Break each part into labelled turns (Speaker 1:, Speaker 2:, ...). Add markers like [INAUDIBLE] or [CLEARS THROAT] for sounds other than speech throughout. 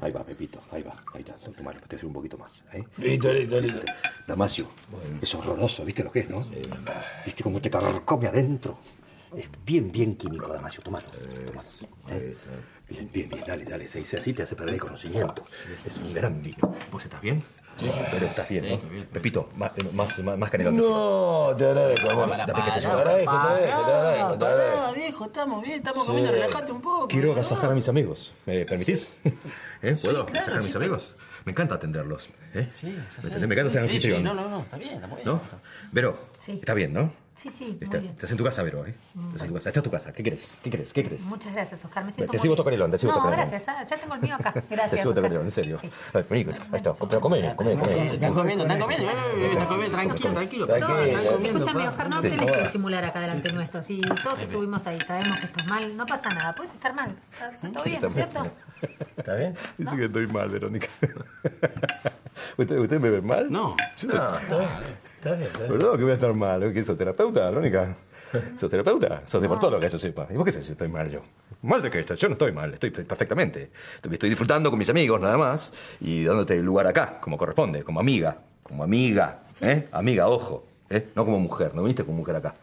Speaker 1: Ahí va, Pepito, ahí va, ahí está, tu mano, te hace un poquito más. ¿eh?
Speaker 2: Listo, listo, listo.
Speaker 1: Damasio, es horroroso, ¿viste lo que es, no? ¿Viste cómo te carcome adentro? Es bien, bien químico, Damasio, tu mano. tu mano, ¿eh? Bien, bien, bien, dale, dale, se dice así, te hace perder el conocimiento. Es un gran vino. ¿Vos estás bien? Sí, Pero estás bien, ¿no? Repito, más, más, más, más canelón, te
Speaker 2: No, te agradezco, amor.
Speaker 1: sirve.
Speaker 2: Te
Speaker 1: Dame que te sirva.
Speaker 2: agradezco, te agradezco, te
Speaker 3: Pará,
Speaker 2: agradezco, te agradezco.
Speaker 3: pará, viejo, estamos bien, estamos comiendo, relajate un poco.
Speaker 1: Quiero
Speaker 3: pará.
Speaker 1: agasajar a mis amigos. ¿Me permitís? [LAUGHS] ¿Eh? ¿Puedo agasajar a mis amigos? Me encanta atenderlos. ¿eh?
Speaker 3: Sí, ya sé,
Speaker 1: ¿Me entendés? Me encanta
Speaker 3: sí,
Speaker 1: ser
Speaker 3: sí,
Speaker 1: anfitrión.
Speaker 3: sí, No, no, no, está bien, está muy bien.
Speaker 1: ¿No? Vero,
Speaker 4: Sí.
Speaker 1: está bien, ¿no?
Speaker 4: Sí, sí, muy
Speaker 1: Está-
Speaker 4: bien.
Speaker 1: estás en tu casa, Vero, ¿eh? Estás en tu casa. Estás en tu casa. ¿Qué crees? ¿Qué crees? ¿Qué crees?
Speaker 4: Muchas gracias, Oscar. Me
Speaker 1: Te
Speaker 4: siento
Speaker 1: sigo tocar el onda, te sigo
Speaker 4: No,
Speaker 1: tocar el
Speaker 4: gracias, ya, ya
Speaker 1: [LAUGHS]
Speaker 4: tengo el mío acá. [LAUGHS]
Speaker 1: Te
Speaker 4: Gracias.
Speaker 1: sigo
Speaker 4: Oscar.
Speaker 1: tocando, en serio.
Speaker 4: Sí.
Speaker 1: A ver, vení, ahí está. Pero come, come, come.
Speaker 3: Están comiendo, están comiendo, eh, eh, están comiendo, tranquilo, tranquilo.
Speaker 2: Tranquilo,
Speaker 3: papá, están
Speaker 2: tranquilo.
Speaker 3: comiendo,
Speaker 4: Escúchame,
Speaker 3: papá.
Speaker 4: Oscar, no
Speaker 1: Sí.
Speaker 4: tenés que disimular acá delante nuestro. Si todos estuvimos ahí, sabemos que estás mal, no pasa nada. Puedes estar mal. Está está todo bien, ¿no es cierto?
Speaker 1: ¿Está bien? Dice que estoy mal, Verónica. [LAUGHS] ¿Usted, ¿Usted me ve mal?
Speaker 3: No.
Speaker 1: Yo
Speaker 5: Ah.
Speaker 1: no.
Speaker 2: Está bien,
Speaker 4: ¿eh?
Speaker 2: está bien.
Speaker 1: ¿Verdad que voy a estar mal? ¿eh? ¿Qué sos terapeuta,
Speaker 4: [LAUGHS]
Speaker 1: Verónica? ¿Sos terapeuta? Sos deportóloga, yo sepa. ¿Y vos qué sé si estoy mal yo? Mal de que estás, yo no estoy mal, estoy perfectamente. Estoy estoy disfrutando con mis amigos nada más y dándote el lugar acá, como corresponde, como amiga, como amiga, ¿eh? Amiga, ojo, ¿eh? No como mujer, no viniste como mujer acá.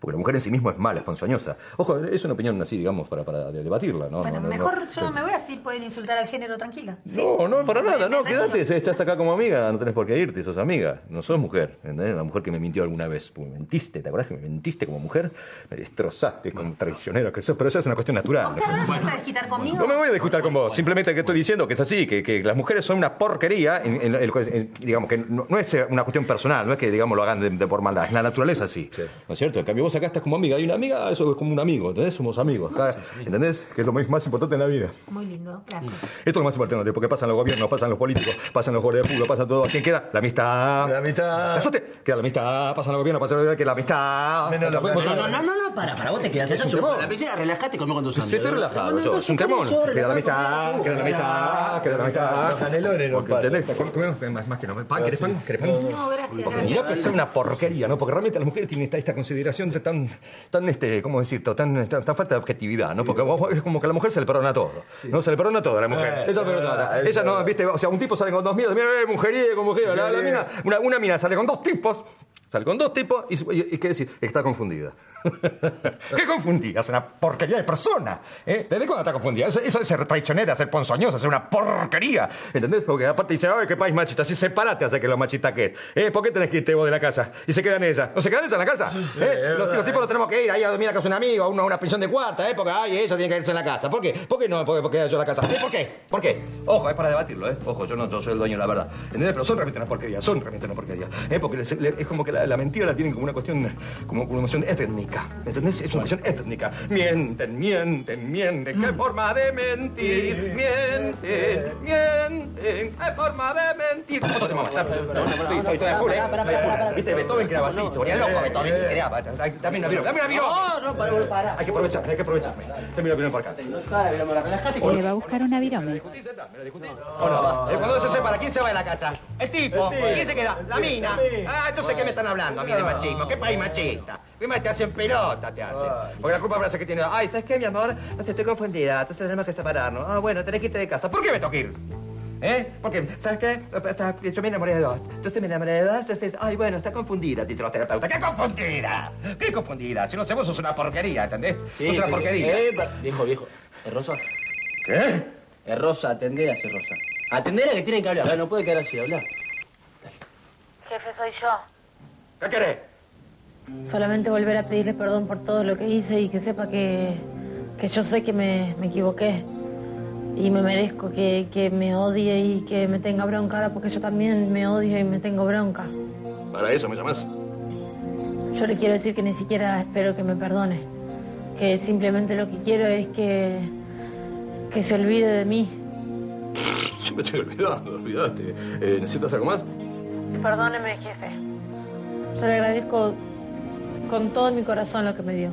Speaker 1: Porque la mujer en sí misma es mala, es ponzoñosa. Ojo, es una opinión así, digamos, para, para de- debatirla, ¿no?
Speaker 4: Bueno,
Speaker 1: No, no, no.
Speaker 4: mejor yo no me voy así, pueden insultar al género tranquila. ¿sí?
Speaker 1: No, no, para nada, no,
Speaker 4: Tranquilo.
Speaker 1: quédate, estás acá como amiga, no tenés por qué irte, sos amiga, no sos mujer, ¿entendés? La mujer que me mintió alguna vez, porque me mentiste, ¿te acordás que me mentiste como mujer? Me destrozaste con traicionera que sos, pero eso es una cuestión natural.
Speaker 4: Oscar, ¿no te vas a desquitar conmigo?
Speaker 1: No me voy a discutir con vos, simplemente que estoy diciendo que es así, que, que las mujeres son una porquería, en- en- en- en- digamos, que no, no es una cuestión personal, no es que digamos lo hagan de, de por maldad, es la naturaleza así, ¿no es cierto? En cambio vos acá estás como amiga, hay una amiga, eso es como un amigo, ¿entendés? Somos amigos, acá, ¿entendés? Que es lo más- más importante en la vida.
Speaker 4: Muy lindo, gracias.
Speaker 1: Esto es lo más importante, porque pasan los gobiernos, pasan los políticos, pasan los jugadores de fútbol, pasan todo. ¿Quién queda? La amistad.
Speaker 2: La amistad.
Speaker 1: ¿Casaste? Queda la amistad, pasan los gobiernos, pasan los gobiernos, queda la amistad.
Speaker 2: Ah, Menos la-
Speaker 1: Bueno,
Speaker 3: No, no, no, no, no, para, para, vos te quedás acá.
Speaker 1: un
Speaker 3: Yo voy
Speaker 1: temón.
Speaker 3: a la piscina, relajate y comí con tus amigos.
Speaker 1: Sí, Pues estoy relajado, yo, es un temón. Queda la amistad, queda la amistad, queda la amistad.
Speaker 2: Los canelones no
Speaker 1: Porque,
Speaker 2: pasan.
Speaker 1: ¿Entendés? Comemos más, más que no. ¿Pan? ¿Querés pan? ¿Querés pan?
Speaker 4: No, gracias.
Speaker 1: Porque
Speaker 4: gracias.
Speaker 1: Mirá que es una porquería, ¿no? Porque realmente las mujeres tienen esta, esta consideración de tan, tan este, ¿cómo decirlo? Tan, tan, tan falta de objetividad, ¿no? Porque vos- vos- es como que a la mujer se le perdona todo. No se le perdona todo a la mujer.
Speaker 2: Eh,
Speaker 1: Eso es
Speaker 2: es verdad,
Speaker 1: verdad.
Speaker 2: es
Speaker 1: Ella no,
Speaker 2: verdad.
Speaker 1: viste, o sea, un tipo sale con dos minas, mira, eh, mujeriego, mujeriego. La, la mina, una, una mina sale con dos tipos. Sale con dos tipos y, y, y qué decir, está confundida. [LAUGHS] ¿Qué confundida? Es una porquería de persona. ¿eh? ¿Desde cuándo está confundida? Eso, eso es ser traicionera, ser ponzoñosa, ser una porquería. ¿Entendés? Porque aparte dice, ay, qué país machista. Si separate, hace que lo machista que es. ¿Eh? ¿Por qué tenés que irte vos de la casa? Y se quedan ellas. ¿No se quedan ellas en la casa? ¿Eh?
Speaker 2: es
Speaker 1: Los,
Speaker 2: verdad,
Speaker 1: los tipos no tenemos que ir ahí a dormir a casa de un amigo, a una, a una pensión de cuarta, ¿eh? Porque, ay, ella tiene que irse en la casa. ¿Por qué? ¿Por qué no? Porque, porque yo en la casa. ¿Eh? ¿Por qué? ¿Por qué? Ojo, es para debatirlo, ¿eh? Ojo, yo no yo soy el dueño de la verdad. ¿Entendés? Pero son realmente una porquería, son realmente una porquería. ¿eh? Porque les- le- es como que la, la mentira la tienen como una cuestión, como una cuestión étnica. ¿Entendés? Es una cuestión étnica. Mienten, mienten, mienten. ¿Qué forma de mentir? Mienten, mienten. ¿Qué forma de
Speaker 5: Ah,
Speaker 1: mentir? Otro tema más. dale. Estoy estoy- estoy a full, ¿eh? Estoy a full. ¿Viste? Beethoven que era así, se volvía loco Beethoven que creaba. Dame una virome, dame una virome.
Speaker 3: No, no, para, para.
Speaker 1: Hay que aprovechar, hay que aprovecharme. Te miro bien por acá.
Speaker 3: Relajate.
Speaker 6: Le va a buscar una virome.
Speaker 1: ¿O no? El cuando se separa, ¿quién se va de la casa? El tipo. ¿Quién se queda? La mina. Ah, entonces, ¿qué me están hablando a mí de machismo? ¿Qué país machista? ¿Qué más te hacen pelota, te hacen? Porque la culpa frase que tiene. Ay, ¿sabes qué, mi amor? No sé, estoy confundida. Entonces tenemos que separarnos. Ah, bueno, tenés que irte de casa. ¿Por qué me tengo que ir? ¿Eh? Porque, ¿sabes qué? Está- Yo me enamoré de dos. Entonces me enamoré de dos. Entonces, ay, bueno, está confundida, dice los terapeutas. ¿Qué confundida? ¿Qué confundida? Si no sé, vos sos una porquería, ¿entendés?
Speaker 3: Sí,
Speaker 1: sos una
Speaker 3: sí,
Speaker 1: porquería.
Speaker 3: eh, pa- viejo, viejo. Es Rosa.
Speaker 1: ¿Qué?
Speaker 3: Es Rosa, atender así, Rosa. Atender a que tienen que hablar. Ah, No puede quedar así, hablar.
Speaker 7: Jefe, soy yo.
Speaker 1: ¿Qué querés?
Speaker 7: Solamente volver a pedirle perdón por todo lo que hice y que sepa que, que yo sé que me, me equivoqué. Y me merezco que, que me odie y que me tenga bronca ahora porque yo también me odio y me tengo bronca.
Speaker 1: Para eso me llamás.
Speaker 7: Yo le quiero decir que ni siquiera espero que me perdone. Que simplemente lo que quiero es que, que se olvide de mí.
Speaker 1: Yo me estoy olvidando, olvidaste. Eh, ¿Necesitas algo más?
Speaker 7: Perdóneme, jefe. Yo le agradezco con todo mi corazón lo que me dio.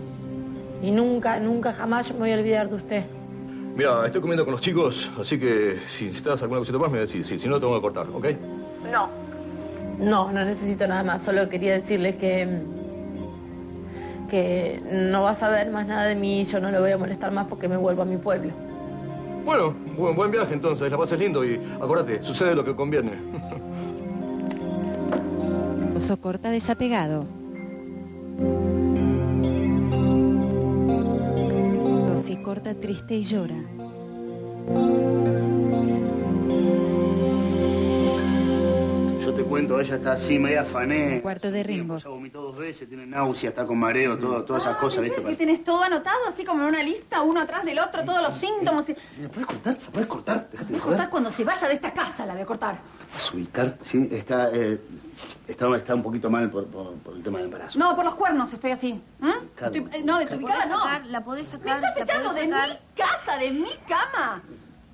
Speaker 7: Y nunca, nunca jamás yo me voy a olvidar de usted.
Speaker 1: Mira, estoy comiendo con los chicos, así que si necesitas alguna cosita más me decís. Si, si no, tengo que cortar, ¿ok?
Speaker 7: No. No, no necesito nada más. Solo quería decirle que. que no va a saber más nada de mí y yo no lo voy a molestar más porque me vuelvo a mi pueblo.
Speaker 1: Bueno, buen, buen viaje entonces, la pases lindo y acuérdate, sucede lo que conviene.
Speaker 6: Oso corta desapegado. Rosy corta triste y llora.
Speaker 8: Yo te cuento, ella está así, media fané.
Speaker 6: Cuarto de Ringo.
Speaker 8: Ya vomitó dos veces, tiene náusea, está con mareo, todo, todas esas cosas, ¿viste?
Speaker 9: Que
Speaker 8: Para...
Speaker 9: tenés todo anotado, así como en una lista, uno atrás del otro, todos los síntomas.
Speaker 8: ¿La Eh, puedes cortar? ¿La puedes cortar? Dejate
Speaker 9: Voy
Speaker 8: de
Speaker 9: a
Speaker 8: joder.
Speaker 9: cortar cuando se vaya de esta casa, la voy a cortar.
Speaker 8: ¿Vas a ubicar? Sí, está, eh, está, está un poquito mal por, por, por el tema de embarazo.
Speaker 9: No, por los cuernos estoy así. ¿Mm?
Speaker 8: Calma.
Speaker 9: Estoy- eh, no, desubicada no.
Speaker 10: la podés
Speaker 9: Me estás
Speaker 10: la
Speaker 9: echando
Speaker 10: podés
Speaker 9: de
Speaker 10: sacar.
Speaker 9: mi casa, de mi cama.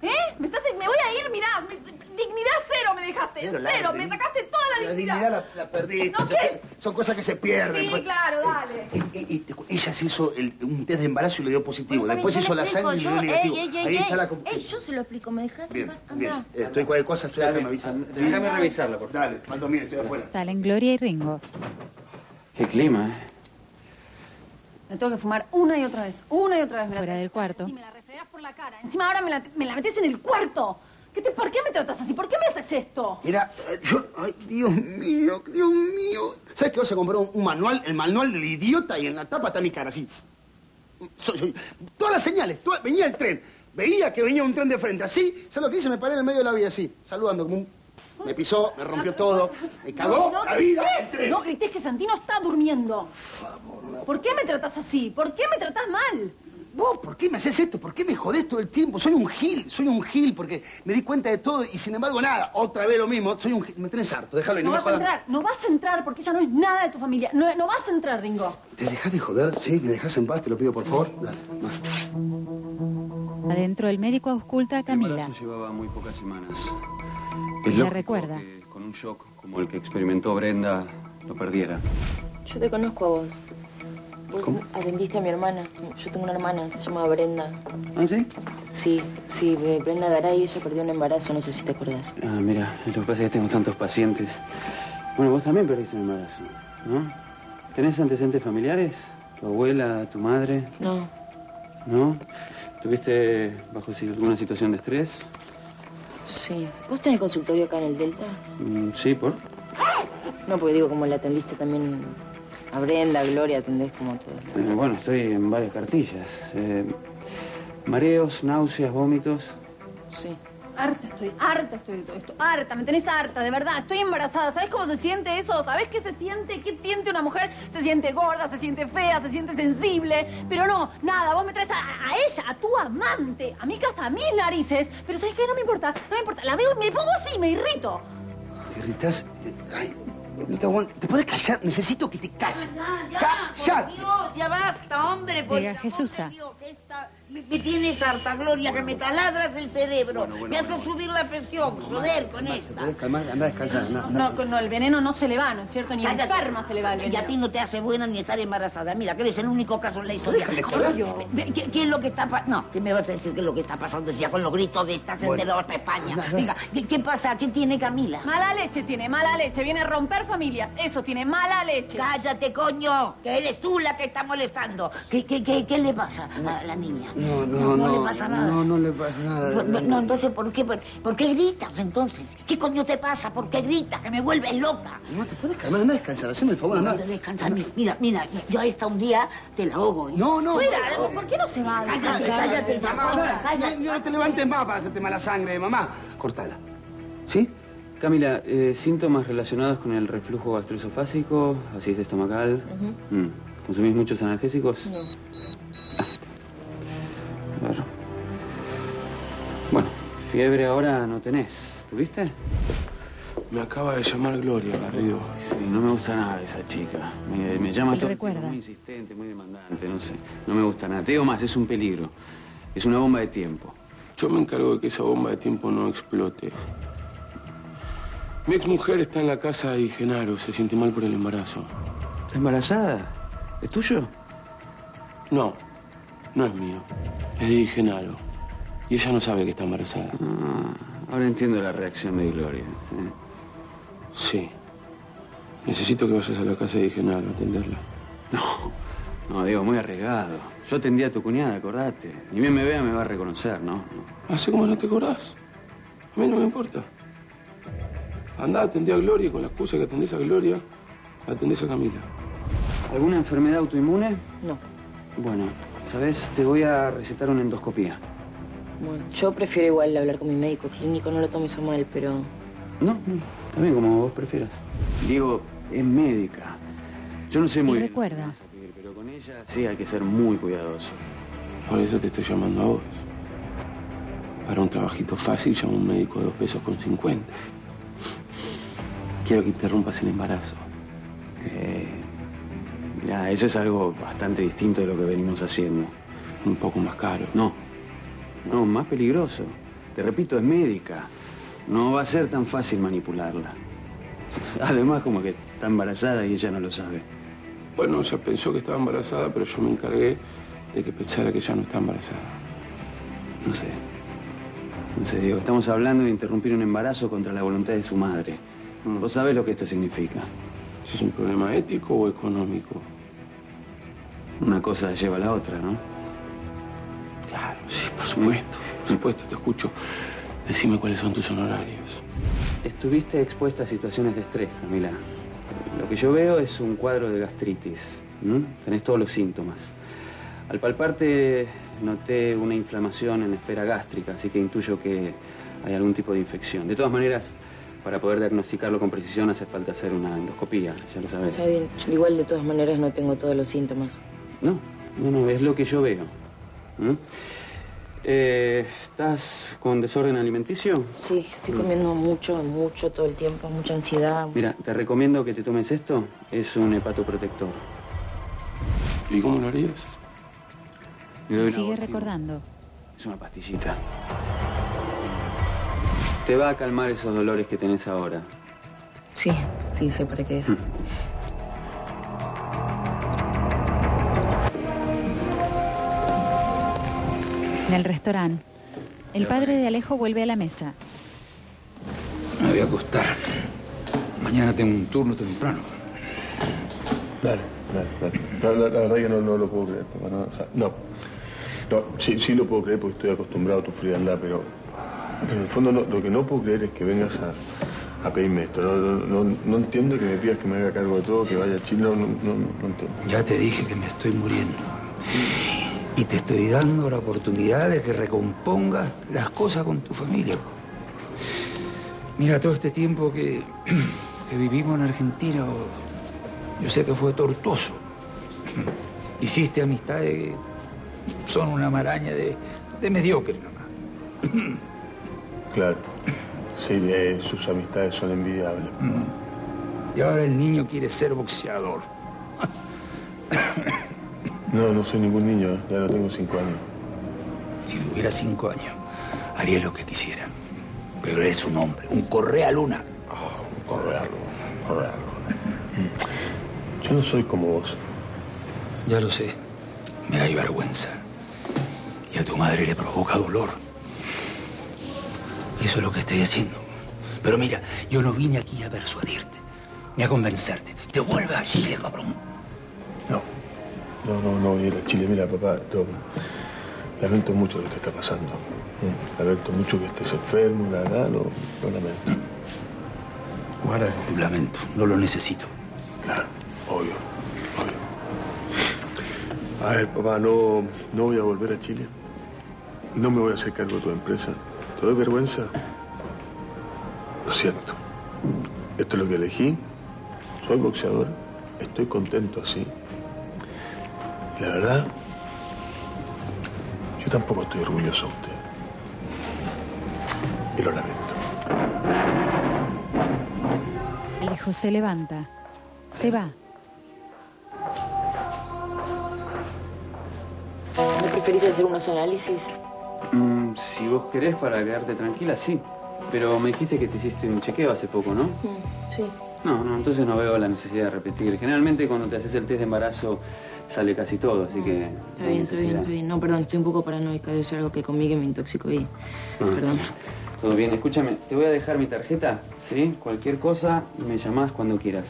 Speaker 9: ¿Eh? Me estás me voy a ir, mirá, me- dignidad cero me dejaste,
Speaker 8: Pero, Lara,
Speaker 9: cero,
Speaker 8: vení.
Speaker 9: me sacaste toda la,
Speaker 8: La dignidad la, la perdiste.
Speaker 9: No,
Speaker 8: se-
Speaker 9: ¿qué?
Speaker 8: son cosas que se pierden.
Speaker 9: Sí,
Speaker 8: pues.
Speaker 9: claro, dale.
Speaker 8: Eh, eh, eh, ella se hizo el- un test de embarazo y le dio positivo.
Speaker 10: Bueno,
Speaker 8: Después
Speaker 10: está bien,
Speaker 8: hizo
Speaker 10: yo
Speaker 8: la
Speaker 10: le
Speaker 8: sangre y le
Speaker 10: explico,
Speaker 8: dio
Speaker 10: yo,
Speaker 8: negativo.
Speaker 10: ey, ey,
Speaker 8: Ahí
Speaker 10: ey,
Speaker 8: está la
Speaker 10: ey,
Speaker 8: comp-
Speaker 10: ey, yo se lo explico, me dejás en
Speaker 8: Bien,
Speaker 10: paz,
Speaker 8: bien.
Speaker 10: anda.
Speaker 8: Eh, Estoy cualquier cosa, estoy acá, me avisan. Sí.
Speaker 11: Déjame revisarla, por favor.
Speaker 8: Dale, cuánto mire, estoy afuera.
Speaker 6: Salen Gloria y Ringo.
Speaker 11: Qué clima, ¿eh?
Speaker 9: Me tengo que fumar una y otra vez, una y otra vez. me la
Speaker 6: Fuera
Speaker 9: tengo
Speaker 6: del
Speaker 9: que fumar.
Speaker 6: cuarto.
Speaker 9: Y me la refregás por la cara. Encima ahora me la, me la metés en el cuarto. ¿Qué te, ¿Por qué me tratas así? ¿Por qué me haces esto?
Speaker 8: Mira, eh, yo. Ay, Dios mío, Dios mío. ¿Sabes que vas a comprar un, un manual? El manual del idiota y en la tapa está mi cara, así. Soy- soy- todas las señales. todas- venía el tren. Veía que venía un tren de frente, así. ¿Sabes lo que hice? Me paré en el medio de la vía, así, saludando como un. Me pisó, me rompió todo, me cagó
Speaker 9: No, no
Speaker 8: la vida.
Speaker 9: grites,
Speaker 8: el tren.
Speaker 9: No grites que Santino está durmiendo. ¿Por qué me tratas así? ¿Por qué me tratas mal?
Speaker 8: Vos, ¿por qué me haces esto? ¿Por qué me jodés todo el tiempo? Soy un gil, soy un gil, porque me di cuenta de todo y sin embargo nada. Otra vez lo mismo, soy un gil. Me tenés harto, déjalo y
Speaker 9: No
Speaker 8: me
Speaker 9: vas a
Speaker 8: jodas.
Speaker 9: entrar, no vas a entrar porque ella no es nada de tu familia. No, no vas a entrar, Ringo.
Speaker 8: ¿Te dejás de joder? Sí, me dejás en paz, te lo pido por favor. Dale, más.
Speaker 6: Adentro el médico ausculta a Camila.
Speaker 12: llevaba muy pocas semanas.
Speaker 6: Es Ella lógico recuerda.
Speaker 12: Que con un shock como el que experimentó Brenda, lo perdiera.
Speaker 10: Yo te conozco a vos. Vos atendiste a mi hermana. Yo tengo una hermana, se llama Brenda.
Speaker 12: ¿Ah, sí?
Speaker 10: Sí, sí, eh, Brenda Garay, ella perdió un embarazo, no sé si te acordás.
Speaker 12: Ah, mira, lo que pasa es que tengo tantos pacientes. Bueno, vos también perdiste un embarazo, ¿no? ¿Tenés antecedentes familiares? ¿Tu abuela, tu madre?
Speaker 10: No,
Speaker 12: ¿No? ¿Tuviste bajo si- alguna situación de estrés?
Speaker 10: sí. ¿Vos tenés consultorio acá en el Delta?
Speaker 12: Mm, sí, por.
Speaker 10: No, porque digo, como la atendiste también a Brenda, a Gloria, atendés como todo.
Speaker 12: Eh, Bueno, estoy en varias cartillas. Eh, mareos, náuseas, vómitos.
Speaker 10: Sí.
Speaker 9: Harta estoy, harta estoy de todo esto. Harta, me tenés harta, de verdad. Estoy embarazada. ¿Sabés cómo se siente eso? ¿Sabés qué se siente? ¿Qué siente una mujer? Se siente gorda, se siente fea, se siente sensible. Pero no, nada, vos me traes a, a ella, a tu amante, a mi casa, a mis narices. Pero ¿sabés qué? No me importa, no me importa. La veo y me pongo así, me irrito.
Speaker 8: Te irritás. eh, Ay, no te aguanto. ¿Te podés callar? Necesito que te calles. ¡Cállate!
Speaker 13: ya basta, hombre.
Speaker 6: por Llega el amor de Jesusa. Dios,
Speaker 13: me, tienes harta, Gloria, que me taladras el cerebro. me haces subir la presión, joder, con
Speaker 8: ¿Te podés calmar? Anda a descansar. Anda, anda.
Speaker 9: No, no, el veneno no se le va, ¿no es cierto? Ni enferma se le va el
Speaker 13: Y a ti
Speaker 9: veneno.
Speaker 13: no te hace buena ni estar embarazada. Mira, que eres el único caso en la historia.
Speaker 8: Déjale joder.
Speaker 13: Ve- ¿Qué, qué es lo que está pasando? No, ¿qué me vas a decir que es lo que está pasando ya con los gritos de estas
Speaker 8: Bueno.
Speaker 13: de la otra España? Diga, ¿qué, qué pasa? ¿Qué tiene Camila?
Speaker 9: Mala leche tiene, mala leche. Viene a romper familias. Eso tiene mala leche.
Speaker 13: Cállate, coño, que eres tú la que está molestando. ¿Qué, qué, qué, qué le pasa a la niña?
Speaker 8: No, no, no.
Speaker 13: No le pasa nada.
Speaker 8: No, no le pasa nada.
Speaker 13: No, no, entonces, ¿por qué, por, por qué gritas entonces? ¿Qué coño te pasa? ¿Por qué gritas? Que me vuelves loca.
Speaker 8: No, te podés calmar. Anda a descansar. Haceme el favor,
Speaker 13: No,
Speaker 8: anda.
Speaker 13: te descansa. mi- Mira, mira, yo a esta un día te la ahogo. ¿eh?
Speaker 8: No, no.
Speaker 9: Fuera, ¿por qué no se va?
Speaker 13: Cállate, cállate,
Speaker 8: Mamá,
Speaker 13: mamá, cállate.
Speaker 8: no te levantes más para hacerte mala sangre, mamá. Cortala. ¿Sí?
Speaker 12: Camila, eh, síntomas relacionados con el reflujo gastroesofágico, acidez estomacal. Mm. ¿Consumís muchos analgésicos?
Speaker 10: No.
Speaker 12: A ver. Bueno, fiebre ahora no tenés. ¿Tuviste?
Speaker 14: Me acaba de llamar Gloria, Garrido.
Speaker 12: Sí, no me gusta nada esa chica. Me, me llama
Speaker 6: Él
Speaker 12: todo. el
Speaker 6: recuerda.
Speaker 12: tiempo, Muy insistente, muy demandante, no sé. No me gusta nada. Te digo más, es un peligro. Es una bomba de tiempo.
Speaker 14: Yo me encargo de que esa bomba de tiempo no explote. Mi exmujer está en la casa de Genaro, se siente mal por el embarazo.
Speaker 12: ¿Estás embarazada? ¿Es tuyo?
Speaker 14: No, no es mío. Es de Genaro. Y ella no sabe que está embarazada.
Speaker 12: Ah, ahora entiendo la reacción de Gloria. sí.
Speaker 14: Sí. Necesito que vayas a la casa de Genaro a atenderla.
Speaker 12: No, no, digo, muy arriesgado. Yo atendí a tu cuñada, acordate. Ni bien me vea, me va a reconocer, ¿no?
Speaker 14: Así como no te acordás. A mí no me importa. Andá, atendí a Gloria y con la excusa que atendés a Gloria, atendés a Camila.
Speaker 12: ¿Alguna enfermedad autoinmune?
Speaker 10: No.
Speaker 12: Bueno, ¿sabes? Te voy a recetar una endoscopía.
Speaker 10: Bueno, yo prefiero igual hablar con mi médico clínico, no lo tomes a mal, pero.
Speaker 12: No, no. También como vos prefieras. Digo, es médica. Yo no sé muy
Speaker 6: Y
Speaker 12: bien.
Speaker 6: recuerda,
Speaker 12: Pero con ella sí hay que ser muy cuidadoso.
Speaker 14: Por eso te estoy llamando a vos. Para un trabajito fácil llamo a un médico de dos pesos con 50. Quiero que interrumpas el embarazo.
Speaker 12: Eh, mirá, eso es algo bastante distinto de lo que venimos haciendo.
Speaker 14: Un poco más caro.
Speaker 12: No. No, más peligroso. Te repito, es médica. No va a ser tan fácil manipularla. [LAUGHS] Además, como que está embarazada y ella no lo sabe.
Speaker 14: Bueno, ella pensó que estaba embarazada, pero yo me encargué de que pensara que ya no está embarazada.
Speaker 12: No sé. No sé, Diego, estamos hablando de interrumpir un embarazo contra la voluntad de su madre. Vos sabés lo que esto significa.
Speaker 14: Mm. ¿Es un problema ético o económico?
Speaker 12: Una cosa lleva a la otra, ¿no?
Speaker 14: Claro, sí, por supuesto. Por supuesto, te escucho. Decime cuáles son tus honorarios.
Speaker 12: Estuviste expuesta a situaciones de estrés, Camila. Lo que yo veo es un cuadro de gastritis. ¿m? Tenés todos los síntomas. Al palparte noté una inflamación en la esfera gástrica, así que intuyo que hay algún tipo de infección. De todas maneras, para poder diagnosticarlo con precisión hace falta hacer una endoscopía, ya lo sabes.
Speaker 10: Está bien. Yo igual, de todas maneras, no tengo todos los síntomas.
Speaker 12: No, no, no, es lo que yo veo. ¿Mm? Eh, ¿Estás con desorden alimenticio?
Speaker 10: Sí, estoy comiendo mucho, mucho todo el tiempo, mucha ansiedad.
Speaker 12: Mira, te recomiendo que te tomes esto. Es un hepatoprotector.
Speaker 14: ¿Y cómo lo harías?
Speaker 6: sigue recordando.
Speaker 12: Es una pastillita. Te va a calmar esos dolores que tenés ahora.
Speaker 10: Sí, sí, sé para qué es.
Speaker 6: En el restaurante, el padre de Alejo vuelve a la mesa.
Speaker 4: Me voy a acostar. Mañana tengo un turno temprano.
Speaker 2: Claro, claro, claro. No, la, la verdad que no, no lo puedo creer, papá. No, o sea, no. No, sí, sí lo puedo creer porque estoy acostumbrado a tu frialdad, pero, pero en el fondo no- lo que no puedo creer es que vengas a, a pedirme esto. No, no, no- no entiendo que me pidas que me haga cargo de todo, que vaya a Chile, no, no, no- no entiendo.
Speaker 4: Ya te dije que me estoy muriendo. Y te estoy dando la oportunidad de que recompongas las cosas con tu familia. Mira, todo este tiempo que, [CLEARS THROAT] que vivimos en Argentina, oh, yo sé que fue tortuoso. [CLEARS THROAT] Hiciste amistades que son una maraña de, de mediocre nomás.
Speaker 2: Claro. Sí, eh, sus amistades son envidiables.
Speaker 4: Mm. Y ahora el niño quiere ser boxeador.
Speaker 2: No, no soy ningún niño, ¿eh? ya no tengo cinco años.
Speaker 4: Si tuviera cinco años, haría lo que quisiera. Pero eres un hombre, un correa luna.
Speaker 2: Ah, Corre algo, corre algo. Yo no soy como vos.
Speaker 4: Ya lo sé. Me da vergüenza. Y a tu madre le provoca dolor. Eso es lo que estoy haciendo. Pero mira, yo no vine aquí a persuadirte, ni a convencerte. Te vuelves a Chile, cabrón.
Speaker 2: No, no, no voy a ir a Chile. Mira, papá, yo lamento mucho lo que te está pasando. ¿eh? Lamento mucho que estés enfermo, la verdad, lo, lo lamento.
Speaker 4: Guarda tu lamento, no lo necesito.
Speaker 2: Claro, obvio, obvio. A ver, papá, no, no voy a volver a Chile. No me voy a hacer cargo de tu empresa. ¿Te doy vergüenza? Lo siento. Esto es lo que elegí. Soy boxeador. Estoy contento así. Y La verdad, yo tampoco estoy orgulloso de usted. Y lo lamento.
Speaker 6: Alejo se levanta. Se va.
Speaker 10: ¿No preferís hacer unos análisis?
Speaker 12: Mm, si vos querés para quedarte tranquila, sí. Pero me dijiste que te hiciste un chequeo hace poco, ¿no?
Speaker 10: Mm, Sí.
Speaker 12: No, no, entonces no veo la necesidad de repetir. Generalmente cuando te haces el test de embarazo sale casi todo, así que...
Speaker 10: Está bien, está bien, está bien. No, perdón, estoy un poco paranoica. Debe ser algo que comí que me intoxicó y...
Speaker 12: Ah,
Speaker 10: Perdón.
Speaker 12: Todo bien, escúchame, te voy a dejar mi tarjeta, ¿sí? Cualquier cosa me llamás cuando quieras.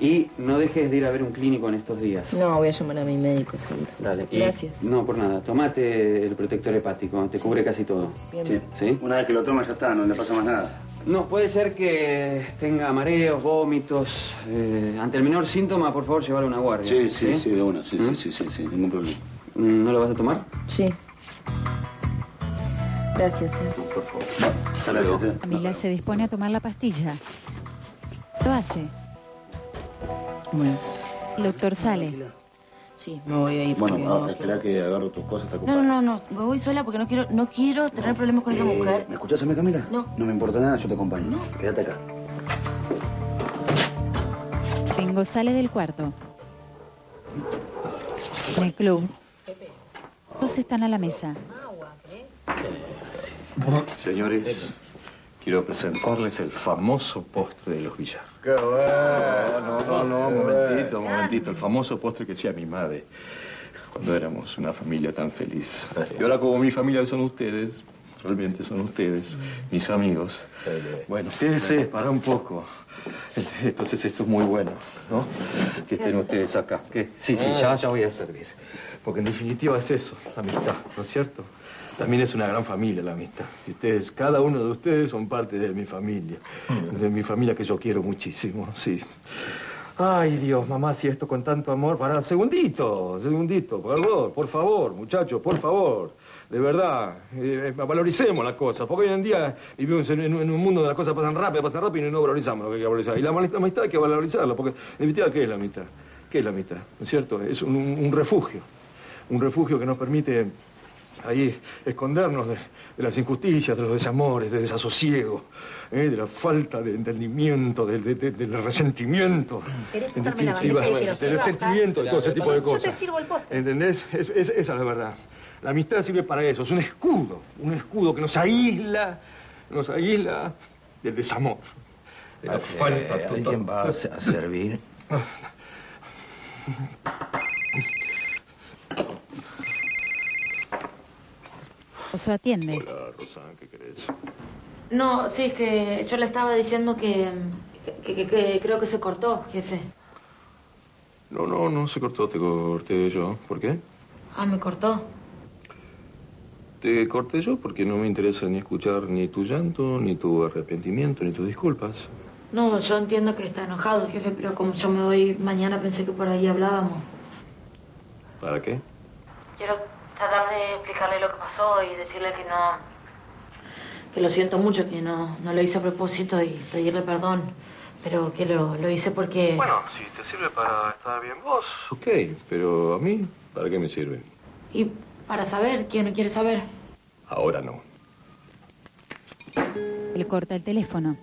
Speaker 12: Y no dejes de ir a ver un clínico en estos días.
Speaker 10: No, voy a llamar a mi médico, seguro.
Speaker 12: Dale. y-
Speaker 10: Gracias.
Speaker 12: No, por nada. Tomate el protector hepático. Te cubre casi todo.
Speaker 10: Bien.
Speaker 12: Sí. ¿Sí?
Speaker 8: Una vez que lo tomas ya está, no le pasa más nada.
Speaker 12: No, puede ser que tenga mareos, vómitos. eh, ante el menor síntoma, por favor, llevarlo a una guardia.
Speaker 8: Sí, sí, sí, de una, sí, sí, sí, sí, sí, ningún problema.
Speaker 12: ¿Mm? ¿No lo vas a tomar?
Speaker 10: Sí. Gracias, señor.
Speaker 12: Por favor.
Speaker 8: Hasta luego.
Speaker 6: Camila se dispone a tomar la pastilla. Lo hace.
Speaker 10: Bueno.
Speaker 6: El doctor sale.
Speaker 10: Sí, me voy a ir. porque
Speaker 8: Bueno,
Speaker 10: no
Speaker 8: ah, espera que agarro tus cosas, está
Speaker 10: No,
Speaker 8: ocupado.
Speaker 10: no, no, no. Me voy sola porque no quiero, no quiero tener problemas con esa
Speaker 8: Eh,
Speaker 10: mujer.
Speaker 8: ¿Me escuchás a mí, Camila?
Speaker 10: No.
Speaker 8: No me importa nada, yo te acompaño. Quédate acá.
Speaker 6: Ringo sale del cuarto. En el club. Todos están a la mesa.
Speaker 1: Señores, quiero presentarles el famoso postre de los Villar.
Speaker 15: Qué bueno.
Speaker 1: No, no, un momentito, un momentito. El famoso postre que hacía mi madre cuando éramos una familia tan feliz. Y ahora como mi familia son ustedes, realmente son ustedes, mis amigos. Bueno, quédese, para un poco. Entonces esto es muy bueno, ¿no? Que estén ustedes acá. ¿Qué? Sí, sí, ya, ya voy a servir. Porque en definitiva es eso, la amistad, ¿no es cierto? También es una gran familia la amistad. Y ustedes, cada uno de ustedes son parte de mi familia. De mi familia que yo quiero muchísimo, sí. Ay, Dios, mamá, si esto con tanto amor. Pará, segundito, segundito, por favor, por favor, muchachos, por favor. De verdad, eh, valoricemos las cosas, porque hoy en día vivimos en, en un- en un mundo donde las cosas pasan rápido, pasan rápido y no valorizamos lo que hay que valorizar. Y la amist- amistad hay que valorizarla, porque en definitiva, ¿qué es la amistad? ¿Qué es la amistad? ¿No es cierto? Es un- un refugio, un refugio que nos permite ahí escondernos de, de las injusticias, de los desamores, del desasosiego, ¿eh? de la falta de entendimiento, del, de- de- del resentimiento,
Speaker 4: ¿Querés
Speaker 1: en
Speaker 4: pasarme la
Speaker 1: definitiva,
Speaker 4: bandeja y te lo
Speaker 1: del
Speaker 4: llevo acá?
Speaker 1: resentimiento de todo ese tipo de
Speaker 4: Yo te
Speaker 1: cosas.
Speaker 4: sirvo el postre.
Speaker 1: ¿Entendés? Es- es- esa es la verdad. La amistad sirve para eso, es un escudo, un escudo que nos aísla, nos aísla del desamor, de la
Speaker 16: Eh,
Speaker 1: falta total.
Speaker 17: ¿Alguien va a a servir?
Speaker 6: Oso atiende.
Speaker 1: Hola, Rosana, ¿qué querés?
Speaker 7: No, sí, es que yo le estaba diciendo que, que, que- que creo que se cortó, jefe.
Speaker 1: No, no, no se cortó, te corté yo. ¿Por qué?
Speaker 7: Ah, me cortó.
Speaker 1: Te corté yo porque no me interesa ni escuchar ni tu llanto, ni tu arrepentimiento, ni tus disculpas.
Speaker 7: No, yo entiendo que está enojado, jefe, pero como yo me voy mañana pensé que por ahí hablábamos.
Speaker 1: ¿Para qué?
Speaker 7: Quiero tratar de explicarle lo que pasó y decirle que no. Que lo siento mucho, que no, no lo hice a propósito y pedirle perdón, pero que lo, lo hice porque.
Speaker 1: si te sirve para estar bien vos. Ok, pero a mí, ¿para qué me sirve?
Speaker 7: Y para saber, ¿quién no quiere saber?
Speaker 1: Ahora no.
Speaker 6: Él corta el teléfono.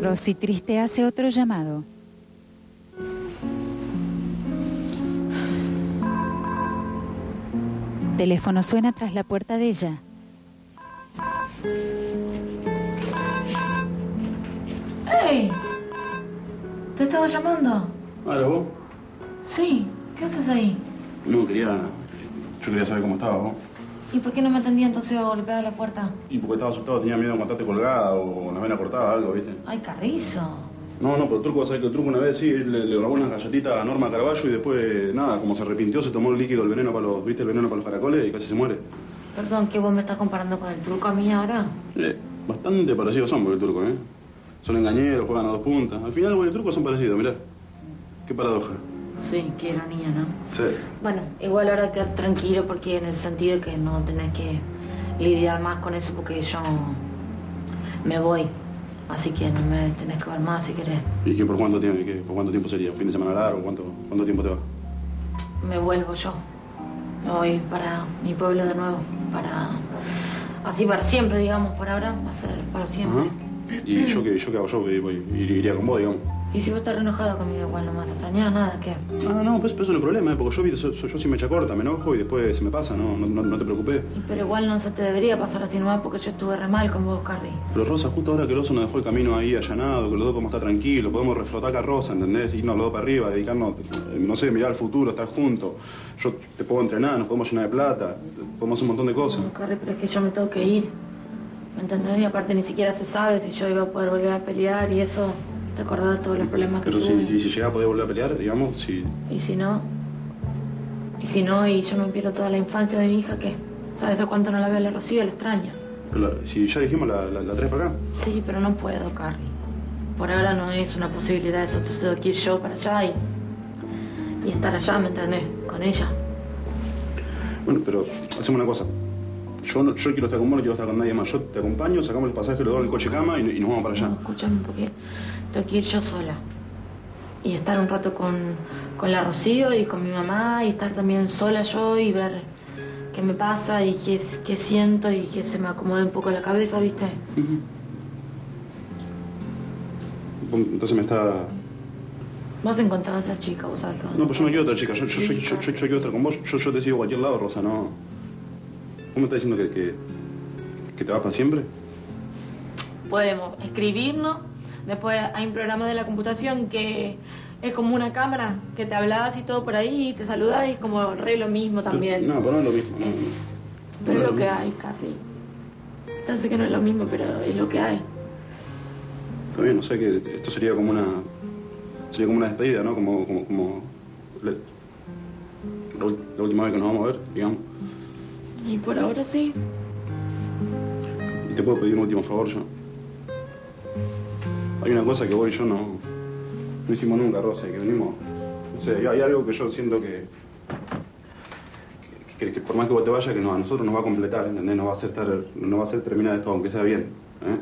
Speaker 6: Rosy triste hace otro llamado. El teléfono suena tras la puerta de ella.
Speaker 7: ¡Ey! ¿Te estaba llamando?
Speaker 18: Ahora vos.
Speaker 7: Sí, ¿qué haces ahí?
Speaker 18: No, quería. Yo quería saber cómo estabas vos.
Speaker 7: ¿Y por qué no me atendía entonces a golpear a la puerta?
Speaker 18: Y porque estaba asustado, tenía miedo de encontrarte colgada o con la vena cortada, algo, ¿viste?
Speaker 7: ¡Ay, carrizo!
Speaker 18: No, no, pero el truco, ¿sabes que el truco una vez sí? él Le, le grabó unas galletitas a Norma Carballo y después, nada, como se arrepintió, se tomó el líquido, el veneno para los, ¿viste? El veneno para los caracoles y casi se muere.
Speaker 7: Perdón, que vos me estás comparando con el truco a mí ahora.
Speaker 18: Eh, bastante parecidos son, porque el turco, ¿eh? Son engañeros, juegan a dos puntas. Al final, bueno, el turco son parecidos, mirá. Qué paradoja.
Speaker 7: Sí, qué ironía, ¿no?
Speaker 18: Sí.
Speaker 7: Bueno, igual ahora quedar tranquilo porque en el sentido que no tenés que lidiar más con eso porque yo me voy. Así que no me tenés que ver más si querés.
Speaker 18: ¿Y qué, por cuánto tiempo, qué, por cuánto tiempo sería? ¿Un fin de semana largo? ¿Cuánto, cuánto tiempo te va?
Speaker 7: Me vuelvo yo. Me voy para mi pueblo de nuevo. Para. Así para siempre, digamos, por ahora va a ser para siempre.
Speaker 18: Ajá. ¿Y yo qué, yo qué hago? Yo voy- voy- iría con vos, digamos.
Speaker 7: Y si vos estás re enojado conmigo, igual no me vas a extrañar nada, ¿qué?
Speaker 18: Ah, no, pues, pues eso no es problema, ¿eh? porque yo, viste, so- so- yo si me echa corta, me enojo y después se me pasa, no, no, no- no te preocupes.
Speaker 7: Pero igual no se te debería pasar así nomás porque yo estuve re mal con vos, Carrie.
Speaker 18: Pero Rosa, justo ahora que el oso nos dejó el camino ahí allanado, que los dos podemos estar tranquilos, podemos reflotar acá a Rosa, ¿entendés? Irnos los dos para arriba, dedicarnos, eh, no sé, mirar al futuro, estar juntos. Yo te puedo entrenar, nos podemos llenar de plata, podemos hacer un montón de cosas.
Speaker 7: Carrie, pero es que yo me tengo que ir. ¿Me entendés? Y aparte ni siquiera se sabe si yo iba a poder volver a pelear y eso. ¿Te acordás de todos los problemas que
Speaker 18: Pero
Speaker 7: tuve?
Speaker 18: si, si, si llegaba a poder volver a pelear, digamos, si.
Speaker 7: Y si no. Y si no, y yo me pierdo toda la infancia de mi hija, que ¿Sabes a cuánto no la veo a la Rocío? La extraño.
Speaker 18: pero la- si ya dijimos la, la, la traes para acá.
Speaker 7: Sí, pero no puedo, Carrie. Por ahora no es una posibilidad eso. Entonces tengo que ir yo para allá y. y estar allá, ¿me entendés? Con ella.
Speaker 18: Bueno, pero hacemos una cosa. Yo, no- yo quiero estar con vos, no quiero estar con nadie más. Yo te acompaño, sacamos el pasaje, los dos en el coche cama y, y nos vamos para allá.
Speaker 7: Escúchame, porque tengo que ir yo sola. Y estar un rato con, con la Rocío y con mi mamá y estar también sola yo y ver qué me pasa y qué, qué siento y que se me acomode un poco la cabeza, ¿viste?
Speaker 18: Entonces me está.
Speaker 7: Vos encontrás a otra chica, vos sabés que vos
Speaker 18: No, pues yo no quiero otra chica, yo, yo, yo, yo- yo- yo quiero estar con vos, yo, yo te sigo a cualquier lado, Rosa, no. ¿Vos me estás diciendo que, que, que te vas para siempre?
Speaker 7: podemos escribirnos. Después hay un programa de la computación que es como una cámara que te hablabas y todo por ahí y te saludás y es como re lo mismo también.
Speaker 18: No, pero no es lo mismo. no, no.
Speaker 7: pero
Speaker 18: no
Speaker 7: es lo
Speaker 18: es lo
Speaker 7: que
Speaker 18: mismo.
Speaker 7: hay, Carly. Ya sé que no es lo mismo, pero es lo que hay.
Speaker 18: Está bien, no sé que esto sería como una. Sería como una despedida, ¿no? Como. como, como la, la ul- la última vez que nos vamos a ver, digamos.
Speaker 7: Y por ahora sí. [LAUGHS]
Speaker 18: Y te puedo pedir un último favor yo. Hay una cosa que vos y yo no. No hicimos nunca, Rosa, y que venimos. No sé, hay algo que yo siento que. que, que- que por más que vos te vayas, que no, a nosotros nos va a completar, ¿entendés? Nos va a hacer, estar, nos va a hacer terminar esto, aunque sea bien. ¿eh?